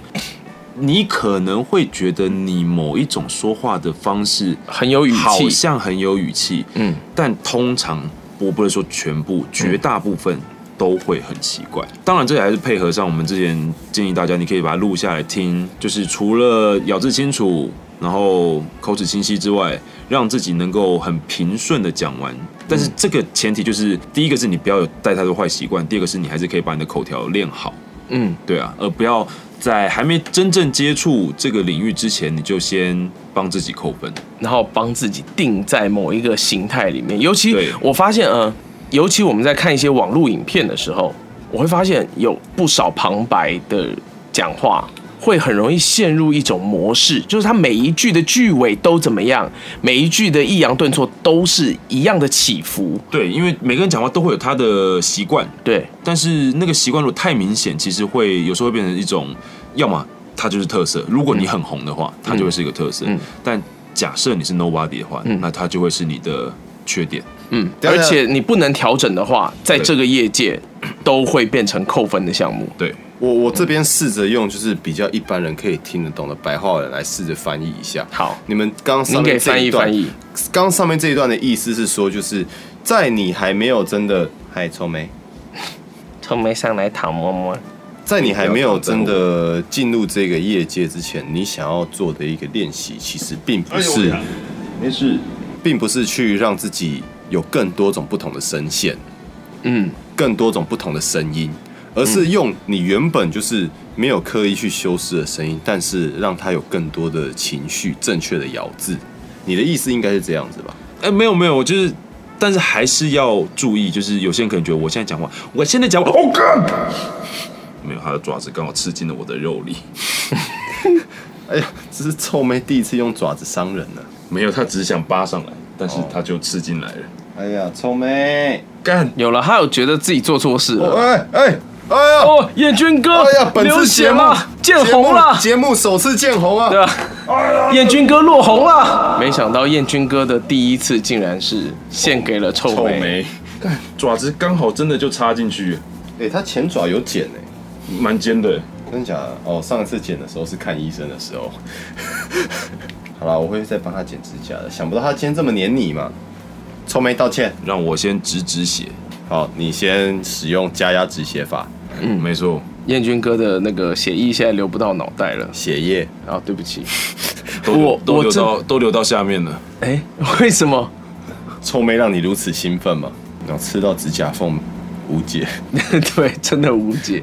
S4: 你可能会觉得你某一种说话的方式
S1: 很有语
S4: 好
S1: 气，
S4: 像很有语气，
S1: 嗯，
S4: 但通常我不能说全部，绝大部分。都会很奇怪，当然这也还是配合上我们之前建议大家，你可以把它录下来听，就是除了咬字清楚，然后口齿清晰之外，让自己能够很平顺的讲完。但是这个前提就是，第一个是你不要有带太多坏习惯，第二个是你还是可以把你的口条练好。
S1: 嗯，
S4: 对啊，而不要在还没真正接触这个领域之前，你就先帮自己扣分。
S1: 然后帮自己定在某一个形态里面。尤其
S4: 对
S1: 我发现，呃，尤其我们在看一些网络影片的时候，我会发现有不少旁白的讲话。会很容易陷入一种模式，就是他每一句的句尾都怎么样，每一句的抑扬顿挫都是一样的起伏。
S4: 对，因为每个人讲话都会有他的习惯，
S1: 对，
S4: 但是那个习惯如果太明显，其实会有时候会变成一种，要么它就是特色，如果你很红的话，它就会是一个特色。
S1: 嗯
S4: 但假设你是 nobody 的话，那它就会是你的缺点。
S1: 嗯，
S3: 等一
S1: 而
S3: 下
S1: 且你不能调整的话，在
S4: 对
S1: 这个业界都会变成扣分的项目。
S4: 对，
S3: 我我这边试着用就是比较一般人可以听得懂的白话文来试着翻译一下。
S1: 好
S3: 你们刚上
S1: 您给
S3: 面这
S1: 翻
S3: 一
S1: 译
S3: 段
S1: 翻译，
S3: 刚上面这一段的意思是说，就是在你还没有真的嗨臭梅，
S1: 臭妹上来讨摸摸。
S3: 在你还没有真的进入这个业界之前，你想要做的一个练习，其实并不是，
S4: 没事。
S3: 并不是去让自己有更多种不同的声线，
S1: 嗯，
S3: 更多种不同的声音，而是用你原本就是没有刻意去修饰的声音，但是让它有更多的情绪，正确的咬字。你的意思应该是这样子吧？
S4: 哎、没有没有，我就是，但是还是要注意，就是有些人可能觉得我现在讲话，我现在讲话，哦干，没有，他的爪子刚好刺进了我的肉里，
S3: 哎呀，这是臭妹第一次用爪子伤人呢、
S4: 没有，他只是想扒上来，但是他就刺进来了。
S3: 哎呀，臭妹！
S4: 干，
S1: 有了，他有觉得自己做错事了。
S3: 哎哎哎呀！
S1: 哦，彦军哥，
S3: 哎呀，本
S1: 流
S3: 次
S1: 血
S3: 节目
S1: 了，见红
S3: 节
S1: 了
S3: 目，节目首次见红啊！
S1: 对吧？彦军哥落红了。没想到彦军哥的第一次竟然是献给了臭
S4: 臭
S1: 妹。
S4: 梅， 干，爪子刚好真的就插进去，
S3: 哎、他前爪有剪哎、
S4: 蛮尖的。
S3: 跟你讲啊哦，上一次剪的时候是看医生的时候。 好啦，我会再帮他剪指甲的。想不到他今天这么黏你嘛，臭妹道歉。
S4: 让我先止止血。
S3: 好，你先使用加压止血法，
S4: 没错，
S1: 燕军哥的那个血液现在流不到脑袋了
S3: 血液
S1: 啊，对不起。
S4: 都流
S1: 我
S4: 都
S1: 我
S4: 流
S1: 真
S4: 到都流到下面了。
S1: 哎，为什么？
S3: 臭妹让你如此兴奋吗？然后吃到指甲缝无解，
S1: 对，真的无解。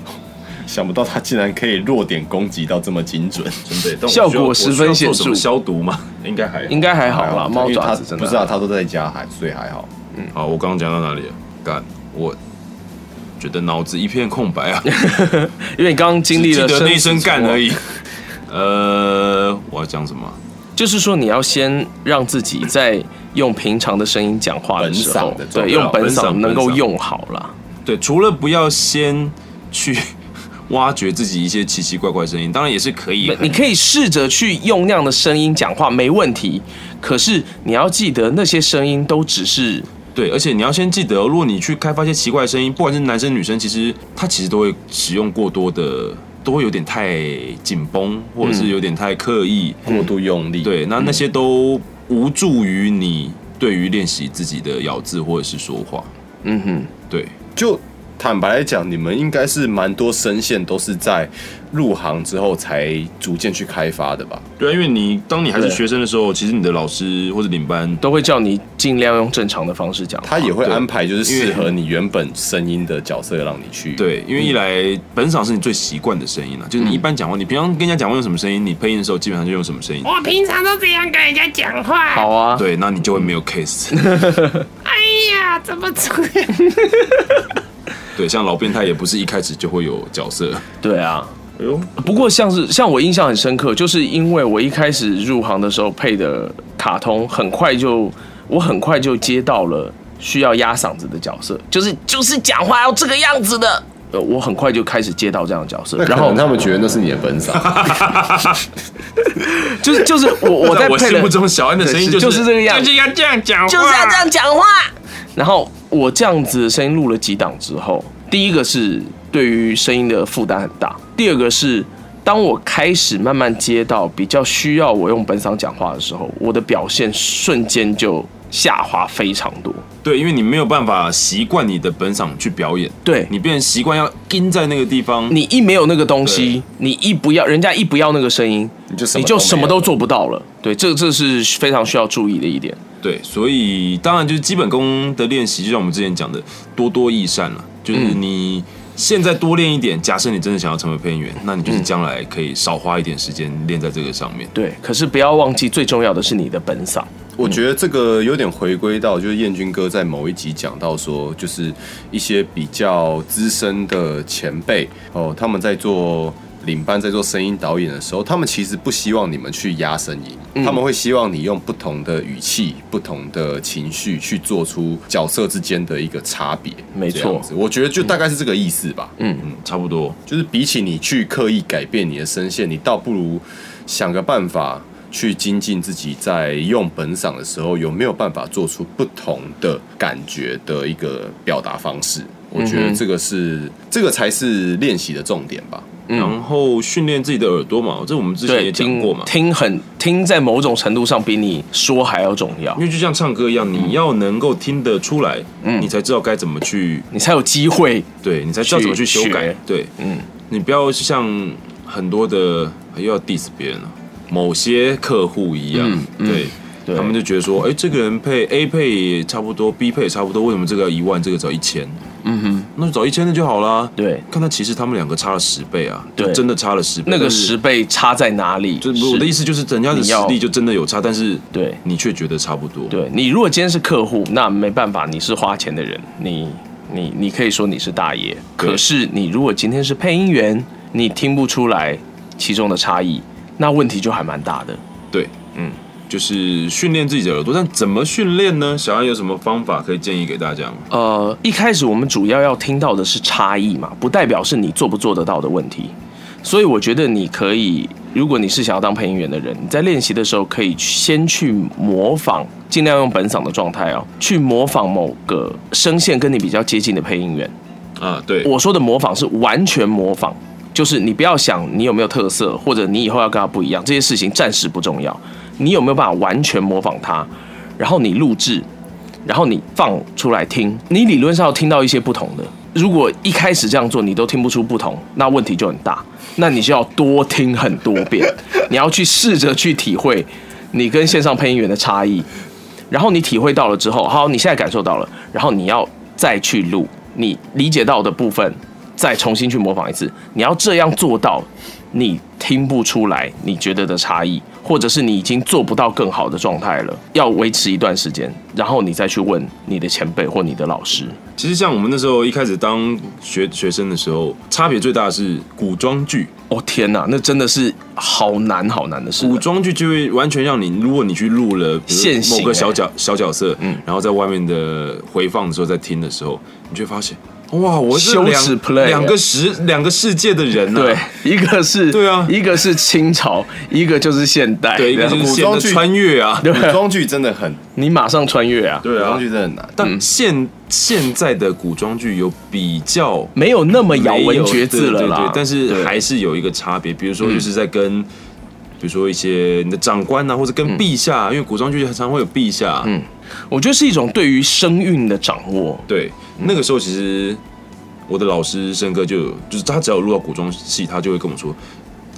S3: 想不到他竟然可以弱点攻击到这么精准。
S4: 真的，但我
S1: 效
S4: 需要
S1: 果
S4: 我
S1: 十
S4: 需要
S1: 分显
S4: 做什么
S1: 著
S4: 消毒吗？应该还好
S1: 应该还好啦，
S3: 因
S1: 猫
S3: 为
S1: 爪子
S3: 他
S1: 真的
S3: 不是啊，他都在家还所以还好。
S4: 好，我刚刚讲到哪里了？干，我觉得脑子一片空白 啊，
S1: 因为你刚刚经历
S4: 只
S1: 了
S4: 记得那一
S1: 生
S4: 声
S1: 死
S4: 干
S1: 存亡
S4: 而已。 呃，我要讲什么啊？
S1: 就是说，你要先让自己在用平常的声音讲话的时候
S3: 本嗓的，状态
S1: 对，用本
S4: 本
S1: 嗓
S4: 嗓
S1: 能够
S4: 本嗓
S1: 用好啦。
S4: 对，除了不要先去 挖掘自己一些奇奇怪怪的声音，当然也是可以
S1: 你
S4: 很。
S1: 可以试着去用那样的声音讲话，没问题。可是你要记得，那些声音都只是
S4: 对，而且你要先记得哦、如果你去开发一些奇怪的声音，不管是男生女生，其实他其实都会使用过多的，都会有点太紧绷，或者是有点太刻意。
S3: 嗯
S4: 嗯
S3: 过度用力，，嗯
S4: 对，那那些都无助于你对于练习自己的咬字或者是说话。
S1: 嗯哼，
S4: 对，
S3: 就坦白来讲，你们应该是蛮多声线都是在入行之后才逐渐去开发的吧？
S4: 对啊，因为你当你还是学生的时候，其实你的老师或者领班
S1: 都会叫你尽量用正常的方式讲话。
S3: 他也会
S4: 对
S3: 安排就是适
S4: 因
S3: 合你原本声音的角色让你去。，
S4: 对，因为
S3: 嗯
S4: 一来本嗓是你最习惯的声音了，啊就是你一般讲话，你平常跟人家讲话用什么声音，你配音的时候基本上就用什么声音。
S7: 我平常都这样跟人家讲话。
S1: 好啊，
S4: 对，那你就会
S3: 嗯
S4: 没有 case。
S7: 哎呀，怎么出？
S4: 对，像老变态也不是一开始就会有角色。
S1: 对啊。
S4: 哎呦，
S1: 不过像是像我印象很深刻，就是因为我一开始入行的时候配的卡通，很快就我很快就接到了需要压嗓子的角色，就是就是讲话要这个样子的。呃，我很快就开始接到这样的角色，然
S3: 然
S1: 后
S3: 后他们觉得那是你的本嗓。
S1: 就是就是我我在
S4: 我
S1: 配
S4: 心
S1: 了
S4: 目中小安的声音
S1: 对是
S4: 就是
S1: 就是这个样子
S4: 就是要这样讲话，
S1: 就是要这样讲话。然后我这样子的声音录了几档之后，第一个是对于声音的负担很大，第二个是当我开始慢慢接到比较需要我用本嗓讲话的时候，我的表现瞬间就下滑非常多。
S4: 对，因为你没有办法习惯你的本嗓去表演，
S1: 对
S4: 你变成习惯要跟在那个地方。
S1: 你一没有那个东西，你一不要人家一不要那个声音，
S3: 你就什么
S1: 你
S3: 都
S1: 就
S3: 没有
S1: 什么都做不到了。对，这这是非常需要注意的一点。
S4: 对，所以当然就是基本功的练习，就像我们之前讲的，多多益善了。就是
S1: 嗯
S4: 你现在多练一点，假设你真的想要成为配音员，那你
S1: 嗯
S4: 就是将来可以少花一点时间练在这个上面。
S1: 对，可是不要忘记，最重要的是你的本嗓。
S3: 我觉得这个有点回归到，就是燕军哥在某一集讲到说，就是一些比较资深的前辈哦，他们在做领班、在做声音导演的时候，他们其实不希望你们去压声音，
S1: 嗯
S3: 他们会希望你用不同的语气、不同的情绪去做出角色之间的一个差别。
S1: 没错
S3: 这样子我觉得就大概是这个意思吧。
S4: 嗯，差不多。
S3: 就是比起你去刻意改变你的声线，你倒不如想个办法去精进自己，在用本嗓的时候有没有办法做出不同的感觉的一个表达方式。我觉
S1: 嗯
S3: 得这个是这个才是练习的重点吧。
S4: 然后训练自己的耳朵嘛，这我们之前也
S1: 嗯对，
S4: 讲
S1: 听
S4: 过嘛。
S1: 听很听，在某种程度上比你说还要重要
S4: 因，为就像唱歌一样，你要能够听得出来，
S1: 嗯
S4: 你才知道该怎么去，
S1: 你才有机会。
S4: 对你才知道怎么去修
S1: 去
S4: 改
S1: 学。
S4: 对，嗯，你不要像很多的又要 diss 别人了，啊某些客户一样，对。
S1: 嗯对
S4: 他们就觉得说，哎、这个人配 A 配也差不多，B 配也差不多，为什么这个要一万，这个只要一千？嗯哼，那就找一千的就好啦。
S1: 对
S4: 看他其实他们两个差了十倍啊，
S1: 对
S4: 就真的差了十倍。
S1: 那个
S4: 但是
S1: 十倍差在哪里？
S4: 就是我的意思就是，人家的
S1: 你
S4: 实
S1: 要
S4: 力就真的有差，但是
S1: 对
S4: 你却觉得差不多。
S1: 对你如果今天是客户，那没办法，你是花钱的人，你你你可以说你是大爷。
S4: 对
S1: 可是你如果今天是配音员，你听不出来其中的差异，那问题就还蛮大的。
S4: 对，嗯，就是训练自己的耳朵，但怎么训练呢？小安有什么方法可以建议给大家吗？
S1: 呃，一开始我们主要要听到的是差异嘛，不代表是你做不做得到的问题。所以我觉得你可以，如果你是想要当配音员的人，你在练习的时候可以先去模仿，尽量用本嗓的状态哦，去模仿某个声线跟你比较接近的配音员。
S4: 啊，对，
S1: 我说的模仿是完全模仿，就是你不要想你有没有特色，或者你以后要跟他不一样，这些事情暂时不重要。你有没有办法完全模仿他？然后你录制，然后你放出来听，你理论上要听到一些不同的。如果一开始这样做你都听不出不同，那问题就很大。那你就要多听很多遍，你要去试着去体会你跟线上配音员的差异。然后你体会到了之后，好，你现在感受到了，然后你要再去录你理解到的部分，再重新去模仿一次。你要这样做到，你听不出来你觉得的差异，或者是你已经做不到更好的状态了，要维持一段时间，然后你再去问你的前辈或你的老师。
S4: 其实像我们那时候一开始当学学生的时候，差别最大的是古装剧，
S1: 哦天哪，那真的是好难好难的事。
S4: 古装剧就会完全让你，如果你去录了比如
S1: 现行
S4: 某个小
S1: 欸
S4: 角、小角色，
S1: 嗯
S4: 然后在外面的回放的时候再听的时候，你就会发现，哇，我是
S1: 羞
S4: 两
S1: 耻 play 啊
S4: 两个时两个世界的人呐、
S1: 对，一个是
S4: 啊对啊
S1: 一个是清朝，一个就是现代，
S4: 对，一个就是现
S3: 古装
S4: 在
S3: 剧
S4: 穿越啊，
S3: 古装剧真的很，
S1: 你马上穿越啊，
S3: 古
S4: 对啊
S3: 装，剧真的很难。
S1: 嗯
S4: 但现现在的古装剧有比较
S1: 没有那么咬文嚼字了
S4: 没有对对
S1: 啦
S4: 对，。但是
S1: 对嗯
S4: 还是有一个差别，比如说就是在跟。比如说一些你的长官啊，或者跟
S1: 嗯
S4: 陛下啊，因为古装剧常常会有陛下，嗯，
S1: 我觉得是一种对于声韵的掌握。
S4: 对，
S1: 嗯
S4: 那个时候其实我的老师申哥就有就是他只要有录到古装戏，他就会跟我说，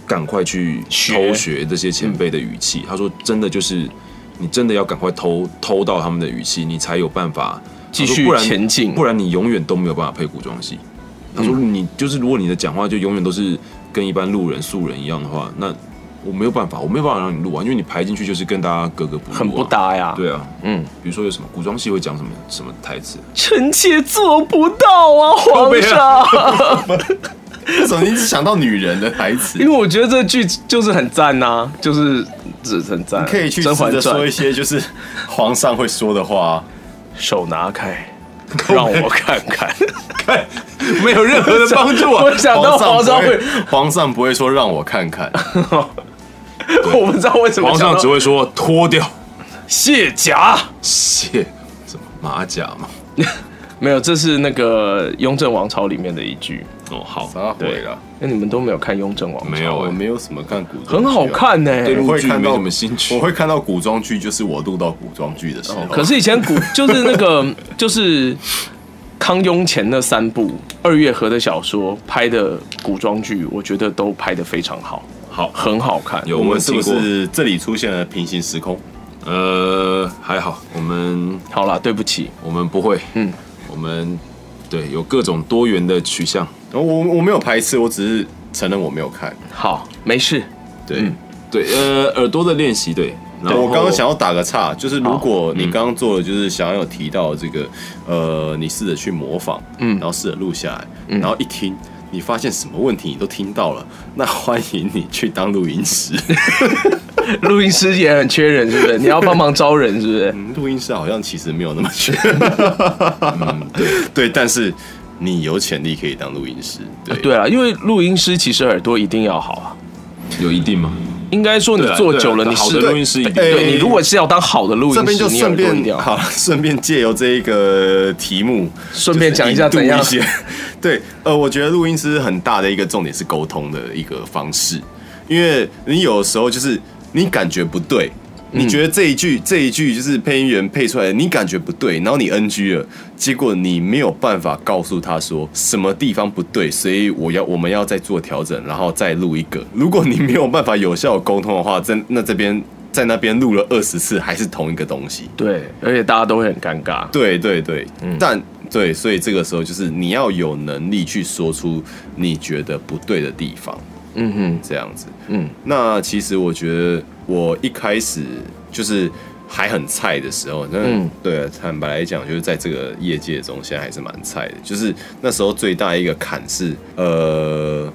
S4: 赶快去
S1: 学嗯
S4: 偷学这些前辈的语气。他说真的就是你真的要赶快偷偷到他们的语气，你才有办法
S1: 继
S4: 他说
S1: 续
S4: 不然
S1: 前进
S4: 不然你永远都没有办法配古装戏。他说你就是如果你的讲话就永远都是跟一般路人素人一样的话，那我没有办法，我没有办法让你录啊完，因为你排进去就是跟大家格格不入、
S1: 很不。搭呀，
S4: 对啊，
S1: 嗯，
S4: 比如说有什么古装戏会讲什么什么台词，
S1: 臣妾做不到啊，皇上。
S3: 为什么你只想到女人的台词
S1: 因？为我觉得这剧就是很赞呐、就是这很赞。
S3: 可以去试
S1: 甄嬛
S3: 着
S1: 传
S3: 说一》，些就是皇上会说的话。
S1: 手拿开，让我看看。
S4: 没有任何的帮助 啊
S1: 我想到皇上
S3: 不
S1: 会，
S3: 会，皇上不会说让我看看，
S1: 我不知道为什么
S4: 皇上只
S1: 会
S4: 会说脱掉
S1: 卸甲。
S4: 卸什么马甲嘛。
S1: 没有，这是那个《雍正王朝》里面的一句。
S4: 哦，好，
S3: 啥会了？
S1: 那你们都没有看《雍正王朝》？
S4: 没有
S3: 我
S4: 哎、
S3: 没有什么看古装剧啊，
S1: 很好看欸呢、
S4: 对
S3: 我会
S4: 陆剧
S3: 看到
S4: 没什么兴趣
S3: 我会看到古装剧，就是我录到古装剧的时候。
S1: 哦可是以前古就是那 个就是康雍乾那三部二月河的小说拍的古装剧，我觉得都拍得非常好，
S4: 好，
S1: 很好看。
S4: 有
S3: 我
S4: 我
S3: 们
S4: 们
S3: 是不
S4: 听过，
S3: 是这里出现了平行时空？
S4: 呃，还好，我们
S1: 好啦，对不起，
S4: 我们不会，
S1: 嗯
S4: 嗯，我们对有各种多元的取向，
S3: 我我没有排斥，我只是承认我没有看。
S1: 好，没事。
S4: 对、对，呃，耳朵的练习，对，然后嗯
S3: 我刚刚想要打个岔，就是如果你刚刚做的就是想要有提到这个，呃，你试着去模仿，嗯，然后试着录下来，
S4: 嗯
S3: 然后一听。你发现什么问题你都听到了，那欢迎你去当录音师。
S1: 录音师也很缺人，是不是？你要帮忙招人，是不是？
S3: 嗯录音师好像其实没有那么缺，嗯对对，但是你有潜力可以当录音师，对
S1: 对啊，因为录音师其实耳朵一定要好啊。
S4: 有一定吗？
S1: 应该说你
S4: 对啊
S1: 做
S4: 对啊
S1: 久了，你
S4: 好
S1: 是
S4: 的录音师一定
S3: 哎
S1: 对你如果是要当好的录音师，
S3: 这边就
S1: 你耳
S3: 顺
S1: 朵一定
S3: 便
S1: 要
S3: 好，顺便借由这一个题目，
S1: 顺便讲一下
S3: 就
S1: 怎
S3: 是引渡
S1: 样
S3: 一些。 对，呃，我觉得录音师很大的一个重点是沟通的一个方式，因为你有时候就是你感觉不对。
S1: 嗯
S3: 你觉得这一句这一句就是配音员配出来的，你感觉不对，然后你 NG 了，结果你没有办法告诉他说什么地方不对，所以我要我们要再做调整，然后再录一个。如果你没有办法有效沟通的话，在那这边在那边录了二十次还是同一个东西，
S1: 对，而且大家都会很尴尬。
S3: 对对对，
S1: 嗯
S3: 但对，所以这个时候就是你要有能力去说出你觉得不对的地方，
S1: 嗯哼，
S3: 这样子。
S1: 嗯，
S3: 那其实我觉得我一开始就是还很菜的时候，那、
S1: 嗯
S3: 对啊，坦白来讲，就是在这个业界中，现在还是蛮菜的。就是那时候最大一个坎是，呃，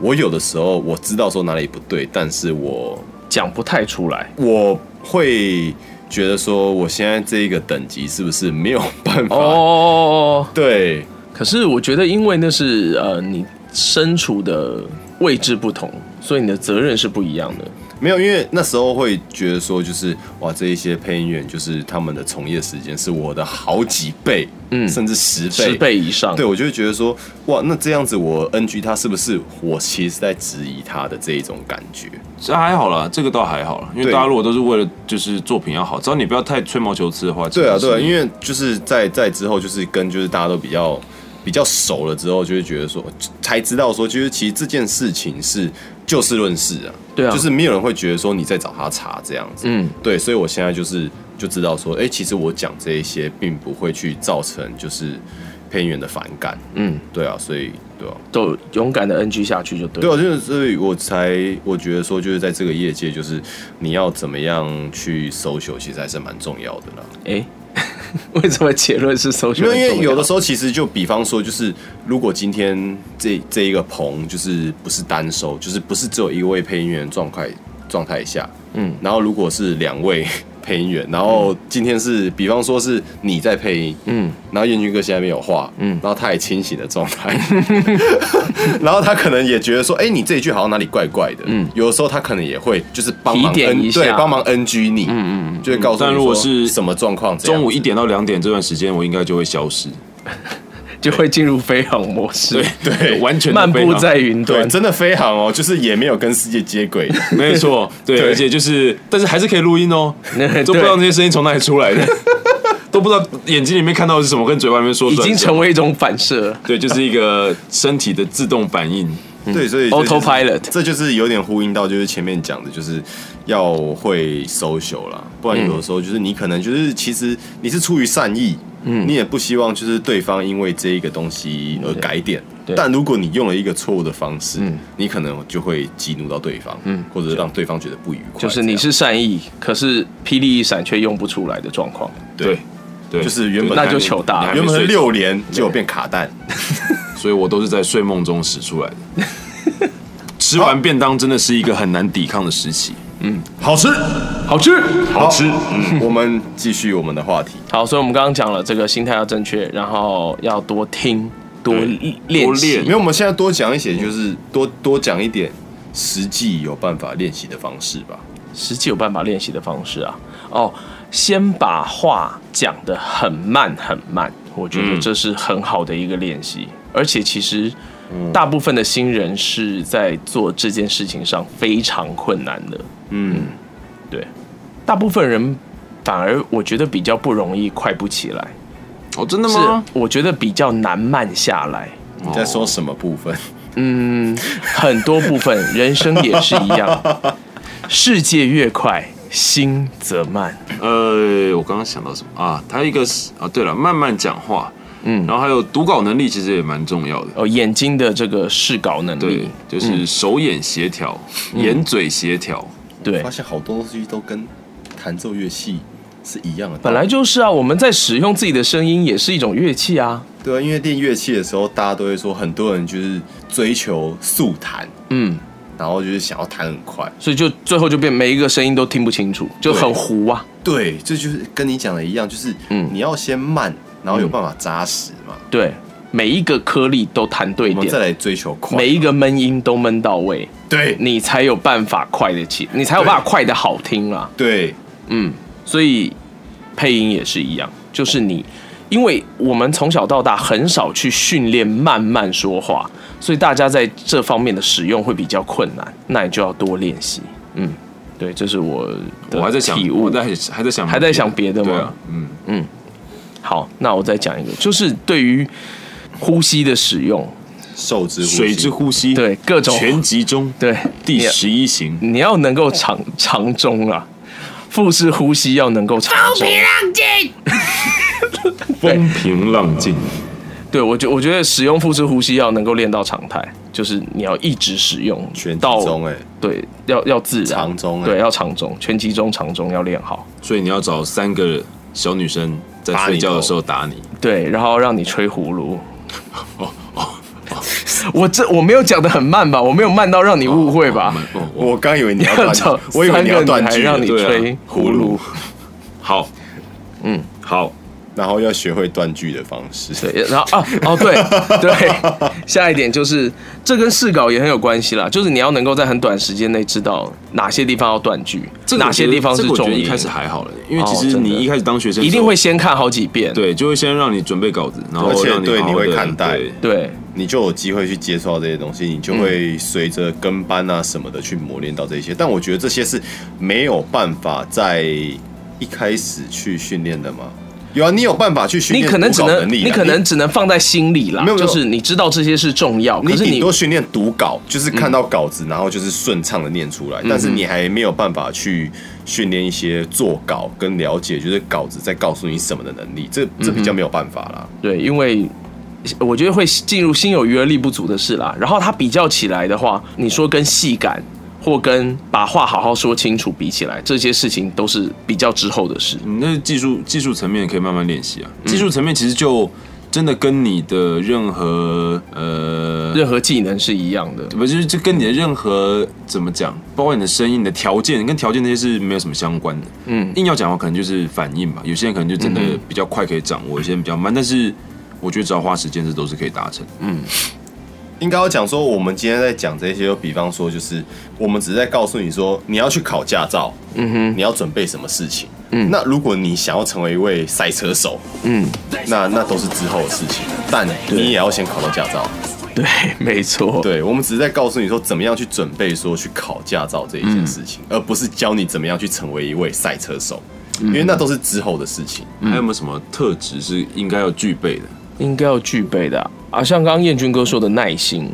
S3: 我有的时候我知道说哪里不对，但是我
S1: 讲不太出来。
S3: 我会觉得说，我现在这一个等级是不是没有办法？
S1: 哦，
S3: 对，
S1: 可是我觉得，因为那是呃你身处的位置不同，所以你的责任是不一样的。
S3: 没有，因为那时候会觉得说，就是哇，这一些配音员就是他们的从业时间是我的好几倍，嗯，甚至十倍，
S1: 十倍以上。
S3: 对，我就会觉得说，哇，那这样子我 NG 他是不是我其实在质疑他的这一种感觉？
S4: 这还好啦，这个倒还好啦，因为
S3: 对
S4: 大家如果都是为了就是作品要好，只要你不要太吹毛求疵的话，
S3: 对啊，
S4: 其实
S3: 对啊，
S4: 是
S3: 因为就是在在之后，就是跟就是大家都比较比较熟了之后，就会觉得说，才知道说，就是其实这件事情是就事论事啊，
S1: 对啊
S3: 就是没有人会觉得说你在找他茬这样子，
S1: 嗯，
S3: 对，所以我现在就是就知道说，哎、其实我讲这一些并不会去造成就是配音员的反感，
S1: 嗯，
S3: 对啊，所以对啊，
S1: 都勇敢的 NG 下去就对
S3: 对
S1: 了。
S3: 啊，就是所以我才我觉得说，就是在这个业界，就是你要怎么样去搜求，其实还是蛮重要的啦。
S1: 哎， 为什么结论是搜寻
S3: 因
S1: 很重
S3: 为因
S1: 要？
S3: 为有的时候其实就比方说，就是如果今天这这一个棚就是不是单收，就是不是只有一位配音员的状态状态下，嗯，然后如果是两位配音员，然后今天是比方说是你在配音，嗯，然后彦君哥现在没有话，嗯，然后他也清醒的状态，然后他可能也觉得说，哎、你这一句好像哪里怪怪的，嗯，有的时候他可能也会就是帮忙
S1: 提点
S3: N
S1: 一下
S3: 对帮忙 NG 你，嗯嗯，就会告诉你
S4: 但如果
S3: 说
S4: 是
S3: 什么状况，这样
S4: 中午一
S3: 子
S4: 点到两点这段时间，我应该就会消失，
S1: 就会进入飞航模式，
S3: 对
S4: 完全的
S1: 漫
S4: 非
S1: 步
S4: 常
S1: 在云
S3: 对，
S1: 端。
S3: 真的飞航哦，就是也没有跟世界接轨。
S4: 没错，对，
S3: 对
S4: 而且就是，但是还是可以录音哦，
S1: 对
S4: 都不知道那些声音从哪里出来的， 都不知道眼睛里面看到的是什么，跟嘴巴里面说
S1: 已
S4: 出来
S1: 经
S4: 的是什么
S1: 成为一种反射了，
S4: 对，就是一个身体的自动反应。
S3: 对，所以这就
S1: 嗯
S3: 是
S1: Autopilot
S3: 这就是有点呼应到就是前面讲的，就是要会 social 啦，不然有的时候就是你可能就是其实你是出于善意，嗯，你也不希望就是对方因为这一个东西而改点。但如果你用了一个错误的方式，你可能就会激怒到对方，嗯，或者是让对方觉得不愉快。
S1: 就是你
S3: 这样
S1: 是善意，可是霹雳一闪却用不出来的状况。
S4: 对，对，
S3: 就是原本
S1: 那就糗大了
S4: 你
S3: 原
S4: 还没
S3: 本是
S4: 睡
S3: 六连，结果变卡蛋。
S4: 所以我都是在睡梦中使出来的。吃完便当真的是一个很难抵抗的时期。
S3: 好吃，
S1: 好吃，
S3: 好吃。嗯，我们继续我们的话题。
S1: 好，所以我们刚刚讲了这个心态要正确，然后要多听、多练习
S4: 多
S3: 因为我们现在多讲一些，就是多多讲一点实际有办法练习的方式吧。
S1: 实际有办法练习的方式啊。哦，先把话讲得很慢很慢，我觉得这是很好的一个练习。而且其实大部分的新人是在做这件事情上非常困难的。
S3: 嗯，
S1: 对，大部分人反而我觉得比较不容易快不起来，
S4: 哦，真的
S1: 是
S4: 吗？
S1: 我觉得比较难慢下来。
S3: 你在说什么部分？
S1: 很多部分，人生也是一样，世界越快，心则慢。
S4: 呃，我刚刚想到什么啊？他一个是啊，对了，慢慢讲话，嗯，然后还有读稿能力其实也蛮重要的。
S1: 哦，眼睛的这个视稿能
S4: 对
S1: 力，，嗯
S4: 就是手眼协调、眼嘴协调。
S1: 对
S3: 发，现好多东西都跟弹奏乐器是一样的。
S1: 本来就是啊，我们在使用自己的声音也是一种乐器啊。
S3: 对啊，因为练乐器的时候，大家都会说，很多人就是追求速弹，
S1: 嗯，
S3: 然后就是想要弹很快。
S1: 所以就最后就变每一个声音都听不清楚，就很糊啊。
S3: 对，这就是跟你讲的一样，就是
S1: 嗯
S3: 你要先慢，然后有办法扎实嘛。
S1: 对，每一个颗粒都弹对
S3: 我们再
S1: 点，
S3: 来追求快，
S1: 每一个闷音都闷到位，
S3: 对
S1: 你才有办法快得起，你才有办法快得好听啊啦、
S3: 对
S1: 嗯，所以配音也是一样，就是你，因为我们从小到大很少去训练慢慢说话，所以大家在这方面的使用会比较困难，那你就要多练习。嗯，对，这是我的
S4: 我还在想
S1: 体，
S4: 我
S1: 悟。
S4: 在还在想，
S1: 还在想别的吗
S4: 对啊，嗯，
S1: 好，那我再讲一个，就是对于呼吸的使用，
S3: 受之乎
S4: 水
S3: 心
S4: 之呼吸，
S1: 对各种
S4: 全集中，
S1: 对
S4: 第
S1: 你要
S4: 十一型，
S1: 你要能够长长中啊，腹式呼吸要能够长
S7: 风
S1: 中。
S7: 平浪静，
S4: 风平浪静。
S1: 对我觉我觉得使用腹式呼吸要能够练到常态，就是你要一直使用，
S3: 全集
S1: 到
S3: 中哎、
S1: 对要要自然
S3: 长中欸
S1: 对要长中，全集中长中要练好，
S4: 所以你要找三个小女生在睡觉的时候打你，
S1: 对，然后让你吹葫芦。我这我没有讲的很慢吧？我没有慢到让你误会吧？
S4: 哦哦
S3: 我刚以为你 要
S1: 要
S3: 断
S1: 找，
S3: 我以为
S1: 三
S3: 你
S1: 个
S3: 要
S1: 女
S3: 断
S1: 孩
S3: 句了，
S1: 让你
S4: 对啊
S1: 吹葫芦，
S4: 好，嗯，好，
S3: 然后要学会断句的方式。
S1: 对，然后啊，哦，对对，下一点就是这跟试稿也很有关系啦，就是你要能够在很短时间内知道哪些地方要断句，
S4: 这个我
S1: 哪些
S4: 觉得
S1: 地方是
S4: 这个我觉
S1: 重
S4: 得
S1: 音，
S4: 一开始还好了，因为
S1: 哦
S4: 其实
S1: 真的
S4: 你一开始当学生
S1: 一定会先看好几遍，
S4: 对，就会先让你准备稿子，然后
S3: 而且
S4: 让你
S3: 对
S4: 好好
S3: 你会
S4: 地
S3: 看待
S4: 对
S1: 对
S3: 你就有机会去接触到这些东西，你就会随着跟班啊什么的去磨练到这些。但我觉得这些是没有办法在一开始去训练的嘛。有啊，你有办法去训
S1: 你
S3: 练
S1: 可能
S3: 读
S1: 只
S3: 稿
S1: 能
S3: 能力啦，
S1: 你可能只能放在心里啦
S3: 没有，没
S1: 就
S3: 有
S1: 是你知道这些是重要，
S3: 你
S1: 可是
S3: 顶
S1: 你嗯
S3: 多训练读稿，就是看到稿子，然后就是顺畅的念出来，但是你还没有办法去训练一些做稿跟了解，就是稿子在告诉你什么的能力，这
S1: 嗯
S3: 这比较没有办法啦。
S1: 对，因为我觉得会进入心有余而力不足的事啦。然后它比较起来的话，你说跟戏感或跟把话好好说清楚比起来，这些事情都是比较之后的事。
S4: 你嗯那技术技术层面可以慢慢练习啊。技术层面其实就真的跟你的任何呃，
S1: 任何技能是一样的，
S4: 不就是就跟你的任何怎么讲，包括你的声音、你的条件跟条件那些是没有什么相关的。
S1: 嗯
S4: 硬要讲的话，可能就是反应吧。有些人可能就真的比较快可以掌握，有些人比较慢，但是我觉得只要花时间，这都是可以达成的。
S3: 应该要讲说，我们今天在讲这些，就比方说，就是我们只是在告诉你说，你要去考驾照，嗯哼，你要准备什么事情，嗯，那如果你想要成为一位赛车手，
S1: 嗯，
S3: 那那都是之后的事情，但你也要先考到驾照。
S1: 对， 没错，
S3: 对，我们只是在告诉你说，怎么样去准备说去考驾照这一件事情，而不是教你怎么样去成为一位赛车手，因为那都是之后的事情。
S1: 嗯
S4: 还有没有什么特质是应该要具备的？
S1: 应该要具备的啊啊。像刚刚彦军哥说的耐心，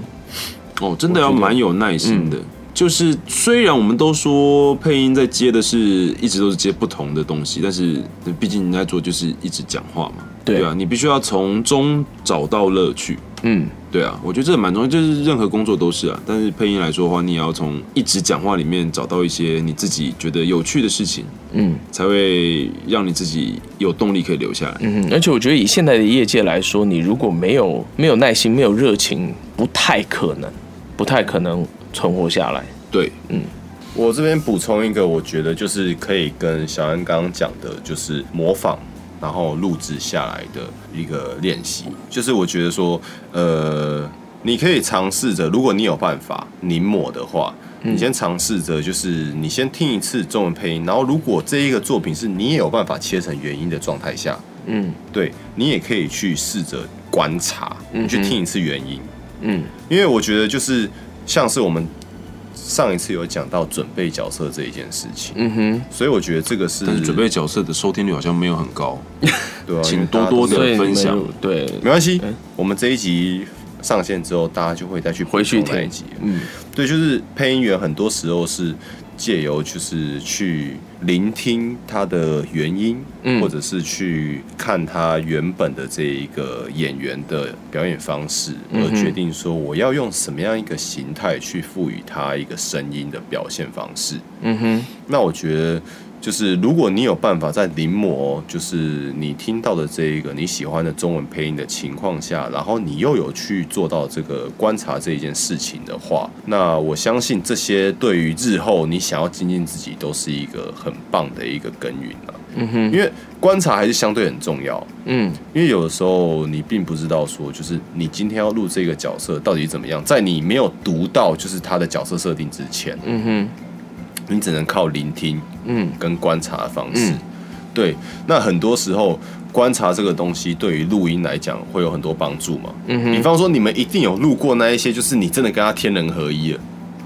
S4: 哦，真的要蛮有耐心
S1: 嗯
S4: 的。就是虽然我们都说配音在接的是一直都是接不同的东西，但是毕竟你在做就是一直讲话嘛，
S1: 对
S4: 啊，你必须要从中找到乐趣。
S1: 嗯，
S4: 对啊，我觉得这蛮重要，就是任何工作都是啊。但是配音来说的话，你也要从一直讲话里面找到一些你自己觉得有趣的事情，
S1: 嗯，
S4: 才会让你自己有动力可以留下来。
S1: 嗯，而且我觉得以现在的业界来说，你如果没有没有耐心、没有热情，不太可能，不太可能存活下来。
S4: 对，
S1: 嗯
S3: 我这边补充一个，我觉得就是可以跟小安刚刚讲的，就是模仿，然后录制下来的一个练习。就是我觉得说，呃，你可以尝试着，如果你有办法临摹的话，你先尝试着，就是你先听一次中文配音，然后如果这一个作品是你也有办法切成原音的状态下，
S1: 嗯
S3: 对你也可以去试着观察，
S4: 嗯
S3: 你去听一次原因，
S1: 嗯
S3: 因为我觉得就是像是我们上一次有讲到准备角色这一件事情，
S1: 嗯哼，
S3: 所以我觉得这个是
S4: 但是准备角色的收听率好像没有很高，
S3: 对、啊，
S4: 请
S3: 因为大家
S4: 多多地
S1: 所以你们
S4: 分享
S1: 有对，
S3: 没关系
S1: 对，
S3: 我们这一集上线之后，大家就会再去
S1: 回去
S3: 补充那一
S1: 听
S3: 集。
S1: 嗯
S3: 对，就是配音员很多时候是借由就是去聆听他的原因，
S1: 嗯
S3: 或者是去看他原本的这一个演员的表演方式，
S1: 嗯
S3: 而决定说我要用什么样一个形态去赋予他一个声音的表现方式。
S1: 嗯哼，
S3: 那我觉得，就是如果你有办法在临摹，就是你听到的这一个你喜欢的中文配音的情况下，然后你又有去做到这个观察这一件事情的话，那我相信这些对于日后你想要精进自己，都是一个很棒的一个耕耘啊。嗯哼，因为观察还是相对很重要。
S1: 嗯
S3: 因为有的时候你并不知道说，就是你今天要录这个角色到底怎么样，在你没有读到就是他的角色设定之前，
S1: 嗯哼，
S3: 你只能靠聆听，
S1: 嗯，
S3: 跟观察的方式。
S1: 嗯
S3: 对，那很多时候观察这个东西对于录音来讲会有很多帮助嘛。嗯哼，比方说你们一定有录过那一些，就是你真的跟他天人合一了，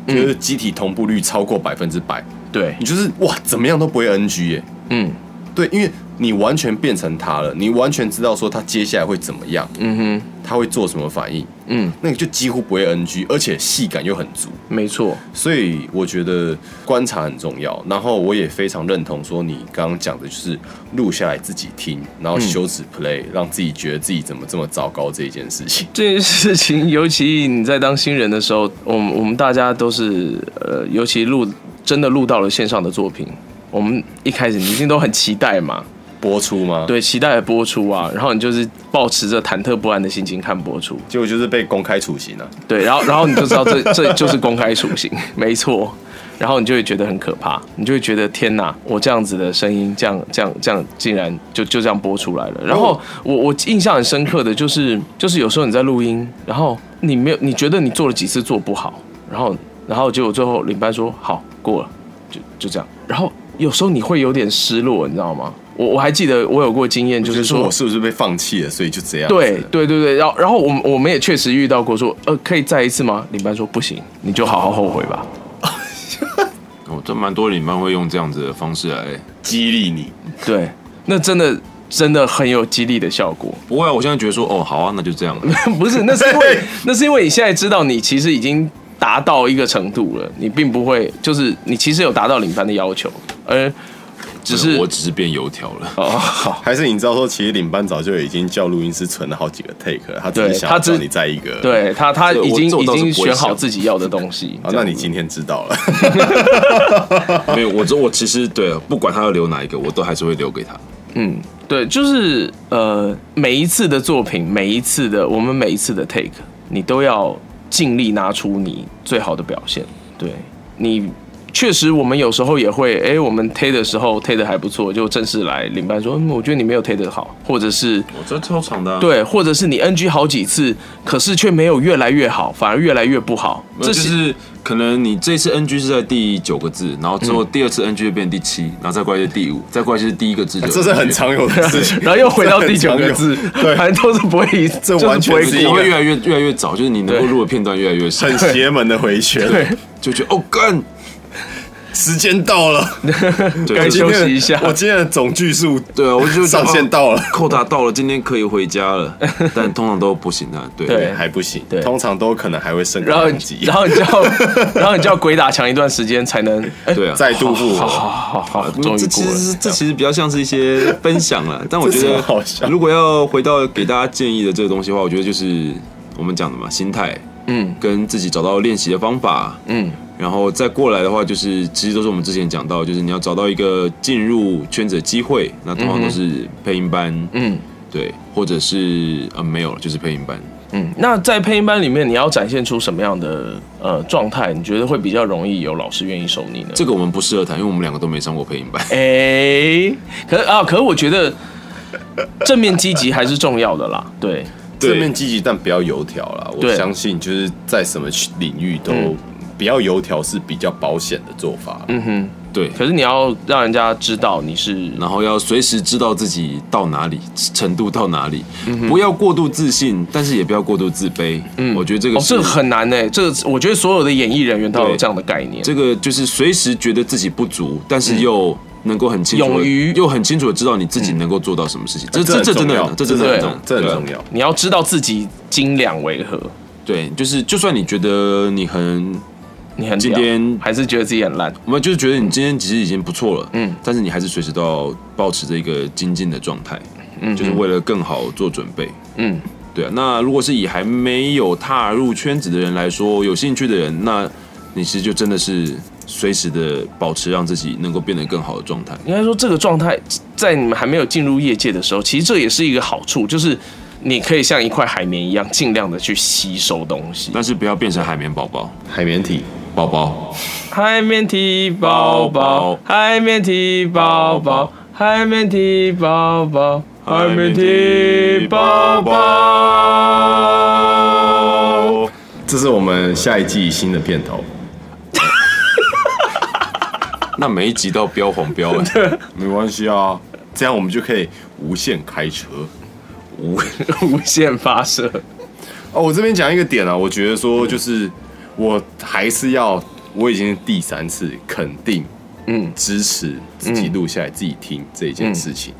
S1: 嗯
S3: 就是机体同步率超过百分之百，
S1: 对，
S3: 你就是哇怎么样都不会 NG 耶、
S1: 嗯
S3: 对，因为你完全变成他了，你完全知道说他接下来会怎么样，
S1: 嗯哼，
S3: 他会做什么反应，
S1: 嗯，
S3: 那个就几乎不会 NG，而且戏感又很足。
S1: 没错，
S3: 所以我觉得观察很重要，然后我也非常认同说你刚刚讲的就是录下来自己听，然后休止 play，、让自己觉得自己怎么这么糟糕这一件事情。
S1: 这件事情，尤其你在当新人的时候，我们我们大家都是呃，尤其录真的录到了线上的作品，我们一开始你一定都很期待嘛，
S3: 播出吗？，
S1: 对，期待的播出啊，然后你就是抱持着忐忑不安的心情看播出，
S3: 结果就是被公开处刑了、啊
S1: 对，然后然后你就知道这 这就是公开处刑，没错。然后你就会觉得很可怕，你就会觉得天哪，我这样子的声音，这样这样这样，竟然就就这样播出来了。然
S3: 哦
S1: 后我我印象很深刻的就是，就是有时候你在录音，然后你没有，你觉得你做了几次做不好，然后然后结果最后领班说好过了，就就这样。然后有时候你会有点失落，你知道吗？我我还记得我有过经验，就
S3: 就是是
S1: 说
S3: 说我是不是被放弃了，所以就这样子。
S1: 对对对对，然后然后我们我们也确实遇到过说，呃，可以再一次吗？领班说不行，你就好好后悔吧。
S4: 哦，这蛮多领班会用这样子的方式来。
S3: 激励你，
S1: 对，那真的真的很有激励的效果。
S4: 不会啊，我现在觉得说，哦，好啊，那就这样了。
S1: 不是，那是因为那是因为你现在知道你其实已经达到一个程度了，你并不会就是你其实有达到领班的要求，而只是
S4: 我 只是变油条了。
S1: 哦好。
S3: 还是你知道说，其实领班早就已经叫录音师存了好几个 take 了，他只
S1: 对
S3: 是想
S1: 他
S3: 要
S1: 只
S3: 叫你在一个。
S1: 对他，他
S4: 这我
S1: 已经
S4: 这我
S1: 已
S4: 倒是
S1: 经
S4: 不会
S1: 选好
S4: 想
S1: 自己要的东西。
S3: 好，
S1: 这
S3: 啊那
S1: 样
S3: 你今天知道了，
S4: 没有，我这我其实对，不管他要留哪一个，我都还是会留给他。
S1: 嗯，对，就是呃，每一次的作品，每一次的我们每一次的 take，你都要尽力拿出你最好的表现。对你，确实我们有时候也会，哎，我们 take 的时候 take 的还不错，就正式来领班说，嗯，我觉得你没有 take 的好，或者是
S4: 我这超长的、啊，
S1: 对，或者是你 NG 好几次，可是却没有越来越好，反而越来越不好。
S4: 没
S3: 呃
S1: 这
S4: 有，就是是可能你这次 NG 是在第九个字，然后之后第二次 NG 就变第七，然后再过来就第五，再过来啊就是第一个字就。
S3: 这是很。常有的事 情。
S1: 然后又回到第九个字，
S3: 这很常有对，
S1: 反正都是不会一，
S3: 这
S1: 就是
S3: 完全
S1: 不会
S3: 是
S1: 过
S3: 一
S4: 你
S3: 个
S4: 会越来越越来越早，就是你能够
S1: 对
S4: 录的片段越来越少，
S3: 很邪门的回旋。
S1: 对，
S4: 就觉得哦干，
S3: 时间到了，
S4: 对
S1: 该
S4: 就是
S1: 休息一下
S3: 我今天的总句数
S4: 对啊，我就哦
S3: 上线到了，
S4: 扣达到了，今天可以回家 了，但通常都不行啊，对
S1: 对
S3: 还不行
S1: 对，
S3: 通常都可能还会升个
S1: 然后
S3: 两
S1: 你
S3: 级，
S1: 然后你就要，然后你就要鬼打墙一段时间才能，哎、
S4: 对啊，
S3: 再度复
S1: 好
S3: 活。
S1: 好好好，
S4: 嗯
S1: 终于
S4: 这
S1: 过
S4: 其实
S1: 了。
S4: 是这其实比较像是一些分享 了，但我觉
S3: 这是
S4: 得
S3: 好笑
S4: 如果要回到给大家建议的这个东西的话，我觉得就是我们讲的嘛，心态
S1: 嗯
S4: 跟自己找到练习的方法，
S1: 嗯，
S4: 然后再过来的话，就是其实都是我们之前讲到，就是你要找到一个进入圈子的机会，那通常都是配音班，
S1: 嗯
S4: 对，或者是呃没有，就是配音班。
S1: 嗯。那在配音班里面，你要展现出什么样的呃状态？你觉得会比较容易有老师愿意收你呢？
S4: 这个我们不适合谈，因为我们两个都没上过配音班。
S1: 哎、可啊，可我觉得正面积极还是重要的啦。对，
S4: 对
S3: 正面积极，但不要油条啦。我
S1: 对
S3: 相信就是在什么领域都
S1: 嗯
S3: 不要油条是比较保险的做法。
S1: 嗯哼。
S4: 对，
S1: 可是你要让人家知道你是
S4: 然后要随时知道自己到哪里，程度到哪里，
S1: 嗯
S4: 不要过度自信，但是也不要过度自卑。嗯，我觉得这个
S1: 哦，
S4: 是、
S1: 这个很难呢、这个我觉得所有的演艺人员都要有
S4: 对
S1: 这样的概念。
S4: 这个就是随时觉得自己不足，但是又能够很清楚地，
S1: 勇于嗯
S4: 又很清楚的知道你自己能够做到什么事情。这这
S3: 很
S4: 这
S3: 重
S4: 真的很
S3: 要，
S4: 难，这真的
S1: 对
S4: 很
S3: 很
S4: 难
S3: 重，这很
S4: 对啊
S3: 重要。
S1: 你要知道自己斤两为何。
S4: 对，就是就算你觉得你很，
S1: 你很
S4: 今
S1: 屌
S4: 天
S1: 还是觉得自己很烂，
S4: 我们就是觉得你今天其实已经不错了，嗯，但是你还是随时都要保持着一个精进的状态，嗯，就是为了更好做准备。
S1: 嗯，
S4: 对啊，那如果是以还没有踏入圈子的人来说，有兴趣的人，那你其实就真的是随时的保持让自己能够变得更好的状态。
S1: 应该说这个状态在你们还没有进入业界的时候，其实这也是一个好处，就是你可以像一块海绵一样，尽量的去吸收东西。
S4: 但是不要变成海绵宝宝，
S3: 海绵体，
S4: 宝宝，
S1: 海绵体宝宝
S4: 宝宝，
S1: 海绵体宝宝，海绵体宝宝，海绵体宝宝。
S4: 宝。
S3: 这是我们下一季新的片头，
S4: 那每一集都要标黄标哎、
S3: 没关系啊，这样我们就可以无限开车。
S4: 无
S1: 无限发射，
S3: 哦，我这边讲一个点啊，我觉得说
S1: 嗯
S3: 就是我还是要，我已经第三次肯定。
S1: 嗯
S3: 支持自己录下来、自己听这件事情，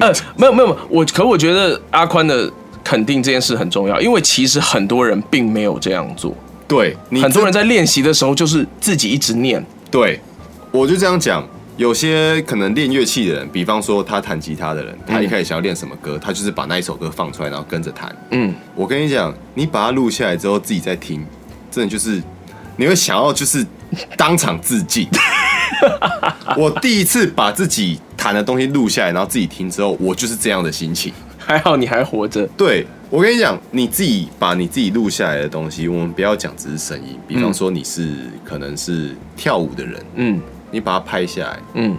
S1: 呃，没有没有，没有我可我觉得阿宽的肯定这件事很重要，因为其实很多人并没有这样做，
S3: 对你
S1: 很多人
S3: 在
S1: 在练习的时候就是自己一直念，
S3: 对，我就这样讲。有些可能练乐器的人，比方说他弹吉他的人，他一开始想要练什么歌，他就是把那一首歌放出来，然后跟着弹。
S1: 嗯，
S3: 我跟你讲，你把它录下来之后自己再听，真的就是你会想要就是当场自尽。我第一次把自己弹的东西录下来，然后自己听之后，我就是这样的心情。
S1: 还好你还活着。
S3: 对我跟你讲，你自己把你自己录下来的东西，我们不要讲只是声音，比方说你是、可能是跳舞的人，
S1: 嗯
S3: 你把它拍下来，
S1: 嗯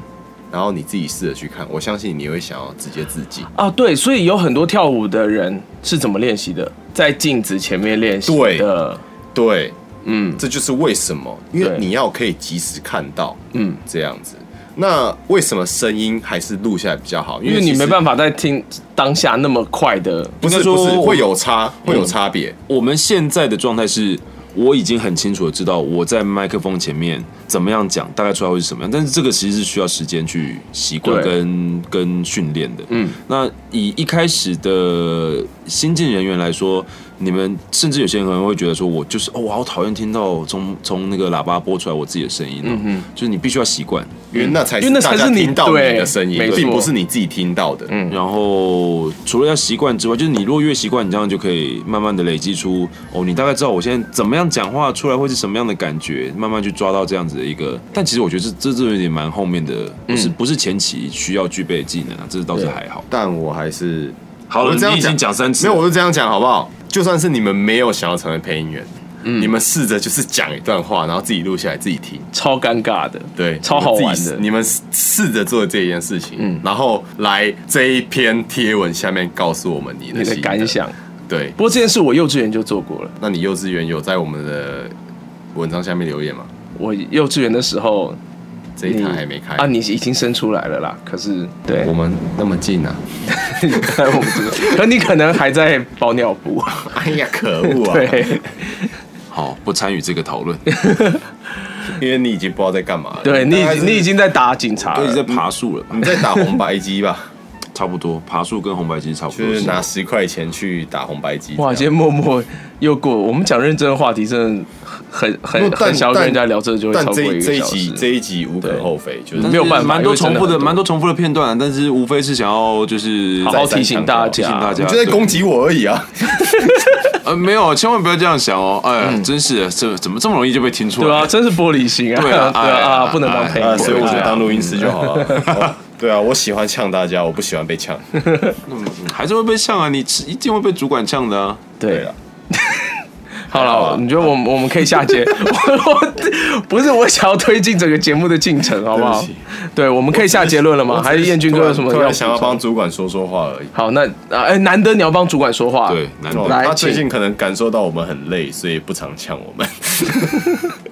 S3: 然后你自己试着去看，我相信你会想要直接自己。
S1: 啊，对，所以有很多跳舞的人是怎么练习的？在镜子前面练习
S3: 对
S1: 的。
S3: 对，
S1: 嗯
S3: 这就是为什么，因为
S1: 对
S3: 你要可以及时看到
S1: 嗯，
S3: 这样子。那为什么声音还是录下来比较好？
S1: 因为你没
S3: 法，
S1: 办法在听当下那么快的，
S3: 不是
S4: 应该说
S3: 不是
S4: 我
S3: 会有差，会有
S1: 嗯
S3: 差别。
S4: 我们现在的状态是，我已经很清楚的知道我在麦克风前面怎么样讲，大概出来会是什么样。但是这个其实是需要时间去习惯
S1: 对
S4: 跟跟训练的。
S1: 嗯，
S4: 那以一开始的新进人员来说，你们甚至有些人可能会觉得说，我就是哦，我好讨厌听到从从那个喇叭播出来我自己的声音、哦。嗯
S1: 哼
S4: 就是你必须要习惯。
S3: 因为那
S1: 嗯
S3: 才
S1: 因为那才
S3: 大
S1: 是
S3: 家
S1: 你
S3: 听到你
S1: 对
S3: 的声音
S1: 没，错
S3: 并不是你自己听到的。
S1: 嗯
S4: 然后除了要习惯之外，就是你如果越习惯，你这样就可以慢慢的累积出哦，你大概知道我现在怎么样讲话出来会是什么样的感觉，慢慢去抓到这样子的一个。但其实我觉得这这这有点蛮后面的，不是、不是前期需要具备的技能啊，这倒是还好。
S3: 但我还是
S4: 好
S3: 我
S4: 了，
S3: 是这样
S4: 你已经讲三次
S3: 没
S4: 了，
S3: 有，我就这样讲好不好？就算是你们没有想要成为配音员，你们试着就是讲一段话，然后自己录下来自己听，
S1: 超尴尬的，
S3: 对，
S1: 超好玩
S3: 你们自己
S1: 的。
S3: 你们试着做这件事情，然后来这一篇贴文下面告诉我们你
S1: 你
S3: 的
S1: 的
S3: 心得
S1: 感。想。
S3: 对，
S1: 不过这件事我幼稚园就做过了。
S3: 那你幼稚园有在我们的文章下面留言吗？
S1: 我幼稚园的时候，
S3: 这一
S1: 你
S3: 台还没开
S1: 啊，你已经生出来了啦。可是对
S3: 哎我，们那么近啊！
S1: 在我们这个，可你可能还在包尿布。
S3: 哎呀，可恶啊！
S1: 对
S4: 好不参与这个讨论，
S3: 因为你已经不知道在干嘛了。
S1: 对，你
S3: 大概
S1: 已
S3: 是
S1: 经你已经在打警察
S4: 我已经在
S1: 了。
S4: 爬树了吧？
S3: 你在打红白机吧？
S4: 差不多，爬树跟红白机差不
S3: 就
S4: 多。
S3: 是拿十块钱去打红白机。
S1: 哇，今天默默又过，我们讲认真的话题，真的很
S3: 不
S1: 很
S3: 但
S1: 很想要跟人家聊，这个就会
S3: 但
S1: 超过
S3: 这
S1: 一
S3: 一这
S1: 个
S3: 一
S1: 小
S3: 集这
S1: 时。
S3: 一集无可
S1: 对嗯
S3: 厚非，就是
S4: 但是
S1: 没有办法
S4: 蛮多重复
S1: 因为真的
S4: 的，
S1: 很多
S4: 蛮多重复的片段，啊但是无非是想要就是
S1: 好好提醒大
S4: 提
S1: 家，
S4: 醒大家，
S3: 你就在攻击我而 已啊！
S4: 呃，没有，千万不要这样想哦。哎呀，真是的，这怎么这么容易就被听出来？
S1: 嗯对啊，真是玻璃心啊！
S4: 对啊
S1: 啊，
S4: 哎呀
S1: 啊，不能当
S4: 哎
S1: 配
S4: 呀
S1: 音
S3: 啊，
S1: 员。
S3: 所以我就
S1: 对啊
S3: 当录音师就好了。 哦对啊，我喜欢呛大家，我不喜欢被呛。
S4: 还是会被呛啊，你吃一定会被主管呛的啊。
S1: 对
S3: 对啊了，
S1: 好了，你觉得我们我们可以下 节？我 我不是我想要推进整个节目的进程，好不好
S3: 对不起？
S1: 对，我们可以下结论了吗？
S3: 我只
S1: 还是彦君哥有什么
S3: 突
S1: 要
S3: 然突然想要
S1: 补充
S3: 帮主管说说话而已。
S1: 好，那啊，哎，难得你要帮主管说话，
S4: 对，啊难
S3: 哦
S4: 得
S1: 来
S3: 他最
S1: 请
S3: 近可能感受到我们很累，所以不常呛我 们，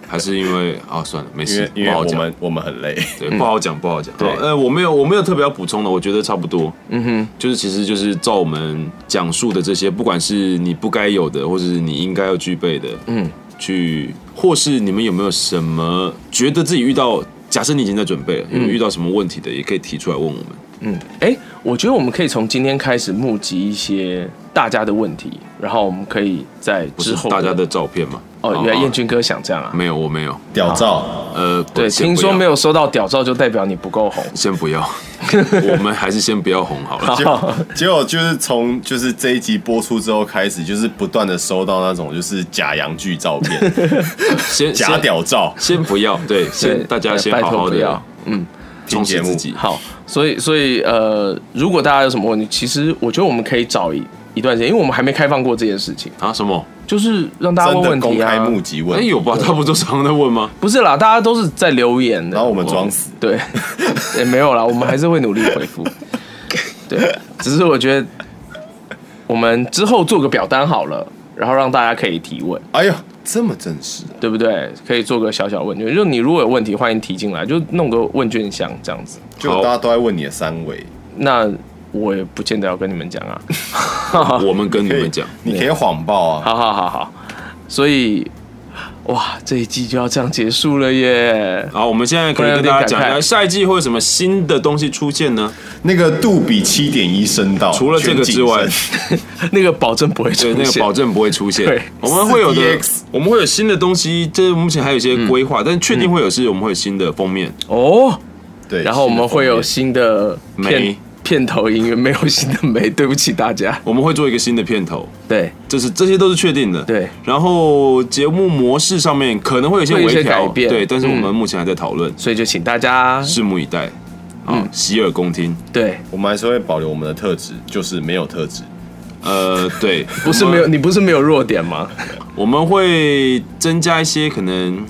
S4: 还是因为啊，算了，没
S3: 因
S4: 事
S3: 为，因
S4: 不
S3: 为
S4: 好
S3: 我
S4: 讲。
S3: 们我们很累。
S4: 对，不好讲，不好讲。
S1: 嗯对
S4: 好呃，我没有，我没有特别要补充的，我觉得差不多。嗯哼，就是其实就是照我们讲述的这些，不管是你不该有的，或者是你应该要具备的，嗯，去，或是你们有没有什么觉得自己遇到，假设你已经在准备了，有没有遇到什么问题的，也可以提出来问我们。
S1: 嗯，哎，我觉得我们可以从今天开始募集一些大家的问题，然后我们可以在
S4: 不是
S1: 之后
S4: 大家的照片嘛？
S3: 啊
S1: 哦，原来
S4: 好
S1: 彦君哥想这样
S3: 嗯
S1: 啊？
S4: 没有，我没有。
S3: 屌照，
S4: 呃，不
S1: 对，
S4: 先
S1: 听
S4: 不
S1: 说
S4: 要
S1: 没有收到屌照就代表你不够红。
S4: 先 不要，我们还是先不要红好了。
S3: 结果
S1: 啊
S3: 结果就是从就是这一集播出之后开始，就是不断的收到那种就是假洋剧 照片、
S4: 先
S3: 假，屌照，
S4: 先先不要，对，
S1: 对
S4: 先，大家
S1: 拜
S4: 先
S1: 拜
S4: 好
S1: 托
S4: 好
S1: 不要
S4: 的。
S1: 嗯，
S4: 充实自己。
S1: 好，所以所以呃，如果大家有什么问题，其实我觉得我们可以找一一段时间，因为我们还没开放过这件事情，
S4: 啊什么？
S1: 就是让大家
S3: 真
S1: 问
S3: 的
S1: 问
S3: 公
S1: 题
S3: 开
S1: 啊。
S3: 募集
S4: 哎、
S3: 问，
S4: 有吧？他不都常在 问吗？
S1: 不是啦，大家都是在留言的。哦
S3: 然后我们装死。
S1: 对， 也没有啦，我们还是会努力回 复。对，只是我觉得我们之后做个表单好了，然后让大家可以提问。
S3: 哎呀，这么正式啊！
S1: 对不对？可以做个小小问卷，就你如果有问题，欢迎提进来，就弄个问卷箱这样子。
S3: 就大家都在问你的三围，
S1: 那我也不见得要跟你们讲啊。
S4: 我们跟你
S3: 可以
S4: 们讲，
S3: 你可以谎报啊。
S1: 好好好好，所以哇，这一季就要这样结束了耶！
S4: 好，我们现在可
S1: 不然
S4: 以
S1: 有
S4: 跟
S1: 点
S4: 大家讲
S1: 感慨
S4: 一下，下一季会有什么新的东西出现呢？
S3: 那个杜比七点一声道，
S4: 除了这个之外
S3: 全景 声
S1: 那个保证不会出
S4: 对，
S1: 现，
S4: 那个保证不会出现
S1: 对。
S4: 我们会有的
S3: 4DX，
S4: 我们会有新的东西，这目前还有一些规
S1: 嗯
S4: 划，但确定会有是，我们会有新的封面。
S1: 哦。
S3: 对，
S1: 然后我们会有新的
S4: 新的
S1: 片
S4: 美
S1: 片头音乐，没有新的美，对不起大家。
S4: 我们会做一个新的片头，
S1: 对，
S4: 这是这些都是确定的。
S1: 对，
S4: 然后节目模式上面可能会有一些
S1: 会有一些
S4: 微调，
S1: 改变
S4: 对，但是我们
S1: 嗯
S4: 目前还在讨论，
S1: 所以就请大家
S4: 拭目以待。
S1: 嗯
S4: 好，洗耳恭听。
S1: 对
S3: 我们还是会保留我们的特质，就是没有特质。
S4: 呃，对，
S1: 不是
S4: 我们
S1: 没有，你不是没有弱点吗？
S4: 我们会增加一些可能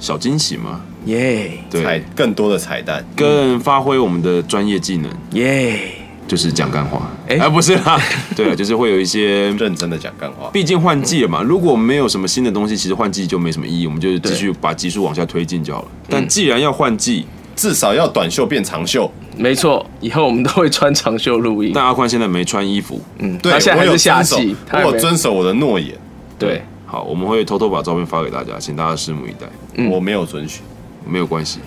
S4: 小惊喜嘛，
S1: 耶
S3: 彩
S4: 对，
S3: 更多的彩蛋，
S4: 更发挥我们的专业技能，
S1: 耶，
S4: 就是讲干话，哎、
S1: 哎
S4: 不是 啦，对啊，就是会有一些。
S3: 认真的讲干话。
S4: 毕竟换季了嘛，如果没有什么新的东西，其实换季就没什么意义，我们就继续把集数往下推进就好了。
S1: 嗯
S4: 但既然要换季，
S3: 至少要短袖变长袖。
S1: 没错，以后我们都会穿长袖录音。
S4: 但阿宽现在没穿衣服，
S1: 嗯，
S3: 对，
S1: 他现在
S3: 我
S1: 还
S3: 有
S1: 是夏
S3: 遵守
S1: 季，他
S3: 我
S1: 还
S3: 有
S1: 没
S3: 遵守我的诺言，
S1: 对，
S4: 好，我们会偷偷把照片发给大家，请大家拭目以待，
S1: 嗯
S3: 我没有准许。
S4: 没有关系。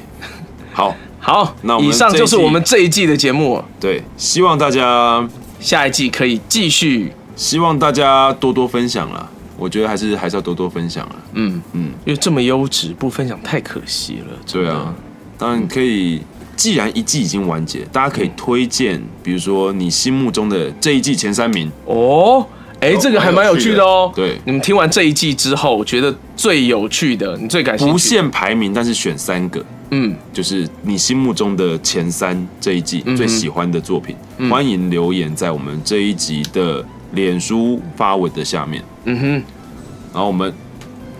S4: 好，
S1: 好，
S4: 那我们
S1: 以上就是
S4: 这一季
S1: 我们这一季的节目，
S4: 对，希望大家
S1: 下一季可以继续，
S4: 希望大家多多分享啦，我觉得还是还是要多多分享啦。
S1: 嗯
S4: 嗯
S1: 嗯，因为这么优质不分享太可惜了，真
S4: 对
S1: 的
S4: 啊，，当然可以。既然一季已经完结，大家可以推荐，比如说你心目中的这一季前三名，
S1: 哦。哎，
S3: 有
S1: 这个还蛮有趣的哦。
S4: 蛮有趣的对
S1: 你们听完这一季之后，觉得最有趣的，你最感兴趣，
S4: 不，限排名，但是选三个，
S1: 嗯，
S4: 就是你心目中的前三这一季
S1: 哼嗯
S4: 最喜欢的作品，欢迎留言在我们这一集的脸书发文的下面。嗯哼，然后我们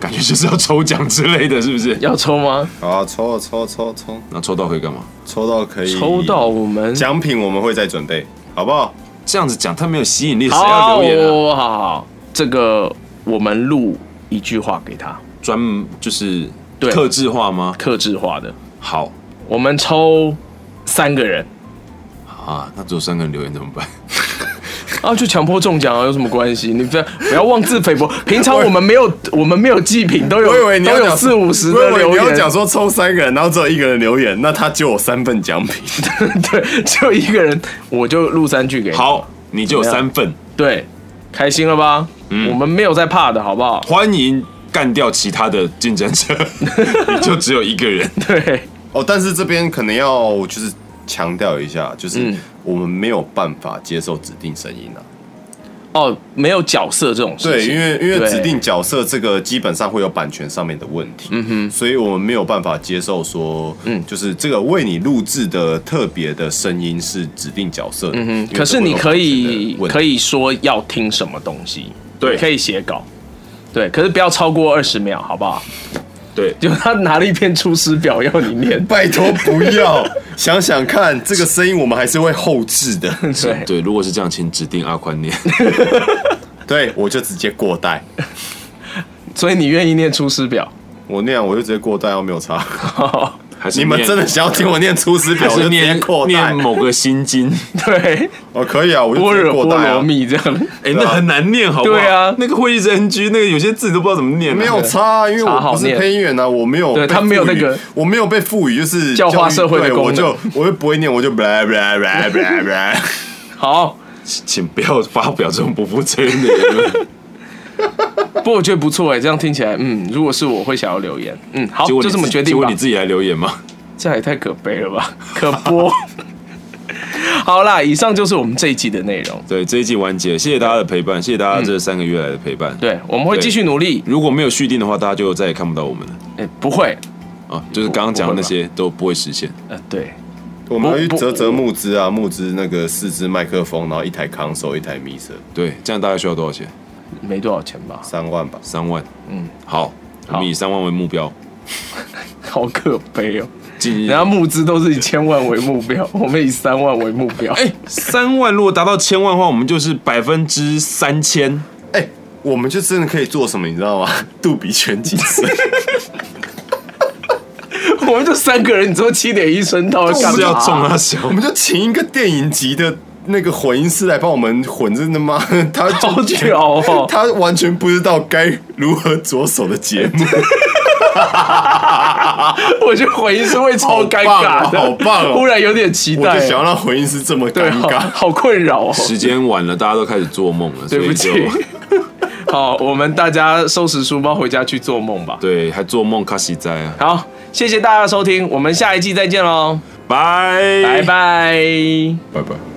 S4: 感觉就是要抽奖之类的，是不是？
S1: 要抽吗？
S3: 好啊，抽抽抽抽
S4: 那抽到可以干嘛？
S3: 抽到可以，
S1: 抽到我们
S3: 奖品我们会再准备，好不好？
S4: 这样子讲太没有吸引力，谁要
S1: 好，
S4: 留言啊？
S1: 好哦好好，这个我们录一句话给他，
S4: 专门就是
S1: 对
S4: 克制化吗？
S1: 克制化的，
S4: 好
S1: 我们抽三个人
S4: 啊，那只有三个人留言怎么办？
S1: 啊，就强迫中奖啊，有什么关系？你不要不要妄自菲 薄，平常我们没有我们没有祭品，都有
S3: 我以为你要
S1: 都有
S3: 讲
S1: 四五十
S3: 我
S1: 的
S3: 以为
S1: 留
S3: 你要
S1: 言
S3: 讲，说抽三个人，然后只有一个人留言，那他就有三份奖 品。
S1: 对，只有一个人，我就录三句给你，
S4: 好，你就有
S1: 哎怎么样
S4: 三份，
S1: 对，开心了吧？
S3: 嗯
S1: 我们没有在怕的，好不好？
S4: 欢迎干掉其他的竞争者，你就只有一个人。
S1: 对，
S3: 哦，但是这边可能要就是强调一下，就是
S1: 嗯
S3: 我们没有办法接受指定声音啊。
S1: 哦，没有角色这种事
S3: 对，
S1: 情，
S3: 因为因为
S1: 对
S3: 指定角色这个基本上会有版权上面的问题，嗯哼，所以我们没有办法接受说，嗯，就是这个为你录制的特别的声音是指定角色的，嗯
S1: 嗯，可是你可以可
S3: 以，，
S1: 以说要听什么东西，
S4: 对
S1: 可以写稿，对，可是不要超过二十秒，好 不好？
S4: 对，
S1: 就他拿了一篇《出师表》要你念
S3: 拜托不 要想想看，这个声音我们还是会后置的，
S1: 对，
S4: 对，如果是这样，请指定阿宽 念。
S3: 对我就直接过带，
S1: 所以你愿意念《出师表
S3: 我那样我就直接过带，又没有差。》
S4: 还是
S3: 你们
S4: 念
S3: 真的想要听我念《出师表我
S4: 还》，是
S3: 就直接
S4: 念
S3: 过带
S4: 念。某个心经？
S1: 对，
S3: 哦，可以啊，我就
S1: 般
S3: 直接
S1: 若
S3: 过
S1: 波
S3: 带
S1: 罗
S3: 啊，
S1: 蜜这样，
S4: 哎，那很难念，好不好？
S1: 对啊
S4: 那个会议是 NG，那个有些字都不知道怎么念啊。
S3: 没有差啊，因为
S1: 茶
S3: 我
S1: 好
S3: 不是
S1: 念
S3: 配音员啊，我没有
S1: 对
S3: 被赋予，
S1: 他没有那个
S3: 我没有被赋予就是
S1: 教化社会的
S3: 教育对
S1: 功能
S3: 我就我就不会念，我就 blah blah blah blah blah。
S1: 好，
S4: 请不要发表这种不负责任的言论。
S1: 不过我觉得不错哎，这样听起来，嗯，如果是我会想要留言，嗯，好，
S4: 结果
S1: 就
S4: 你
S1: 这么
S4: 自
S1: 决
S4: 结
S1: 定
S4: 果
S1: 吧
S4: 你，自己来留言 吗？
S1: 这样也太可悲了 吧，可播。 好啦，以上就是我们这一季的内容，
S4: 对，这一季完结，谢谢大家的陪伴，谢谢大家这三个月来的陪伴。，
S1: 对，我们会
S4: 嗯对
S1: 继续努力，
S4: 如果没有续订的话，大家就再也看不到我们了
S1: 哎，不会，
S4: 啊！就是刚刚讲的那些都不会实现。
S1: 呃，对。
S3: 我们要去
S1: 不
S3: 折折募资啊，募资那个四支麦克风，然后一台 console，一台 m i s e r
S4: 对，这样大概需要多少钱？
S1: 没多少钱吧，
S3: 三万吧。
S4: 三万。嗯，好，我们以三万为目标，
S1: 好可悲哦！
S4: 进
S1: 人家募资都是以千万为目标， 我们以三万为目标。哎、
S4: 三万如果达到千万的话，我们就是百分之三千。
S3: 哎，我们就真的可以做什么，你知道吗？ 杜比全景声，
S1: 我们就三个人，你说七点一声道要干嘛？
S4: 是要中啊小
S3: 我，们就请一个电影级的。那个混音师来帮我们混，真的吗？ 他就
S1: 好屌哦
S3: 他完全不知道该如何着手的节 目，
S1: 我觉得回音是会超尴尬的，
S3: 好棒哦好棒哦
S1: 忽然有点期
S3: 我
S1: 待
S3: 就，想要让混音师这么
S1: 对，啊
S3: 尴
S1: 好
S3: 尬。
S1: 好困扰哦。
S4: 时间晚了，大家都开始做梦了，所
S1: 对不
S4: 以
S1: 起
S4: 就。
S1: 好，我们大家收拾书包回家去做梦吧。
S4: 对，还做梦卡西在啊，
S1: 好，谢谢大家的收听，我们下一季再见喽，
S4: 拜
S1: 拜拜。
S4: 拜拜。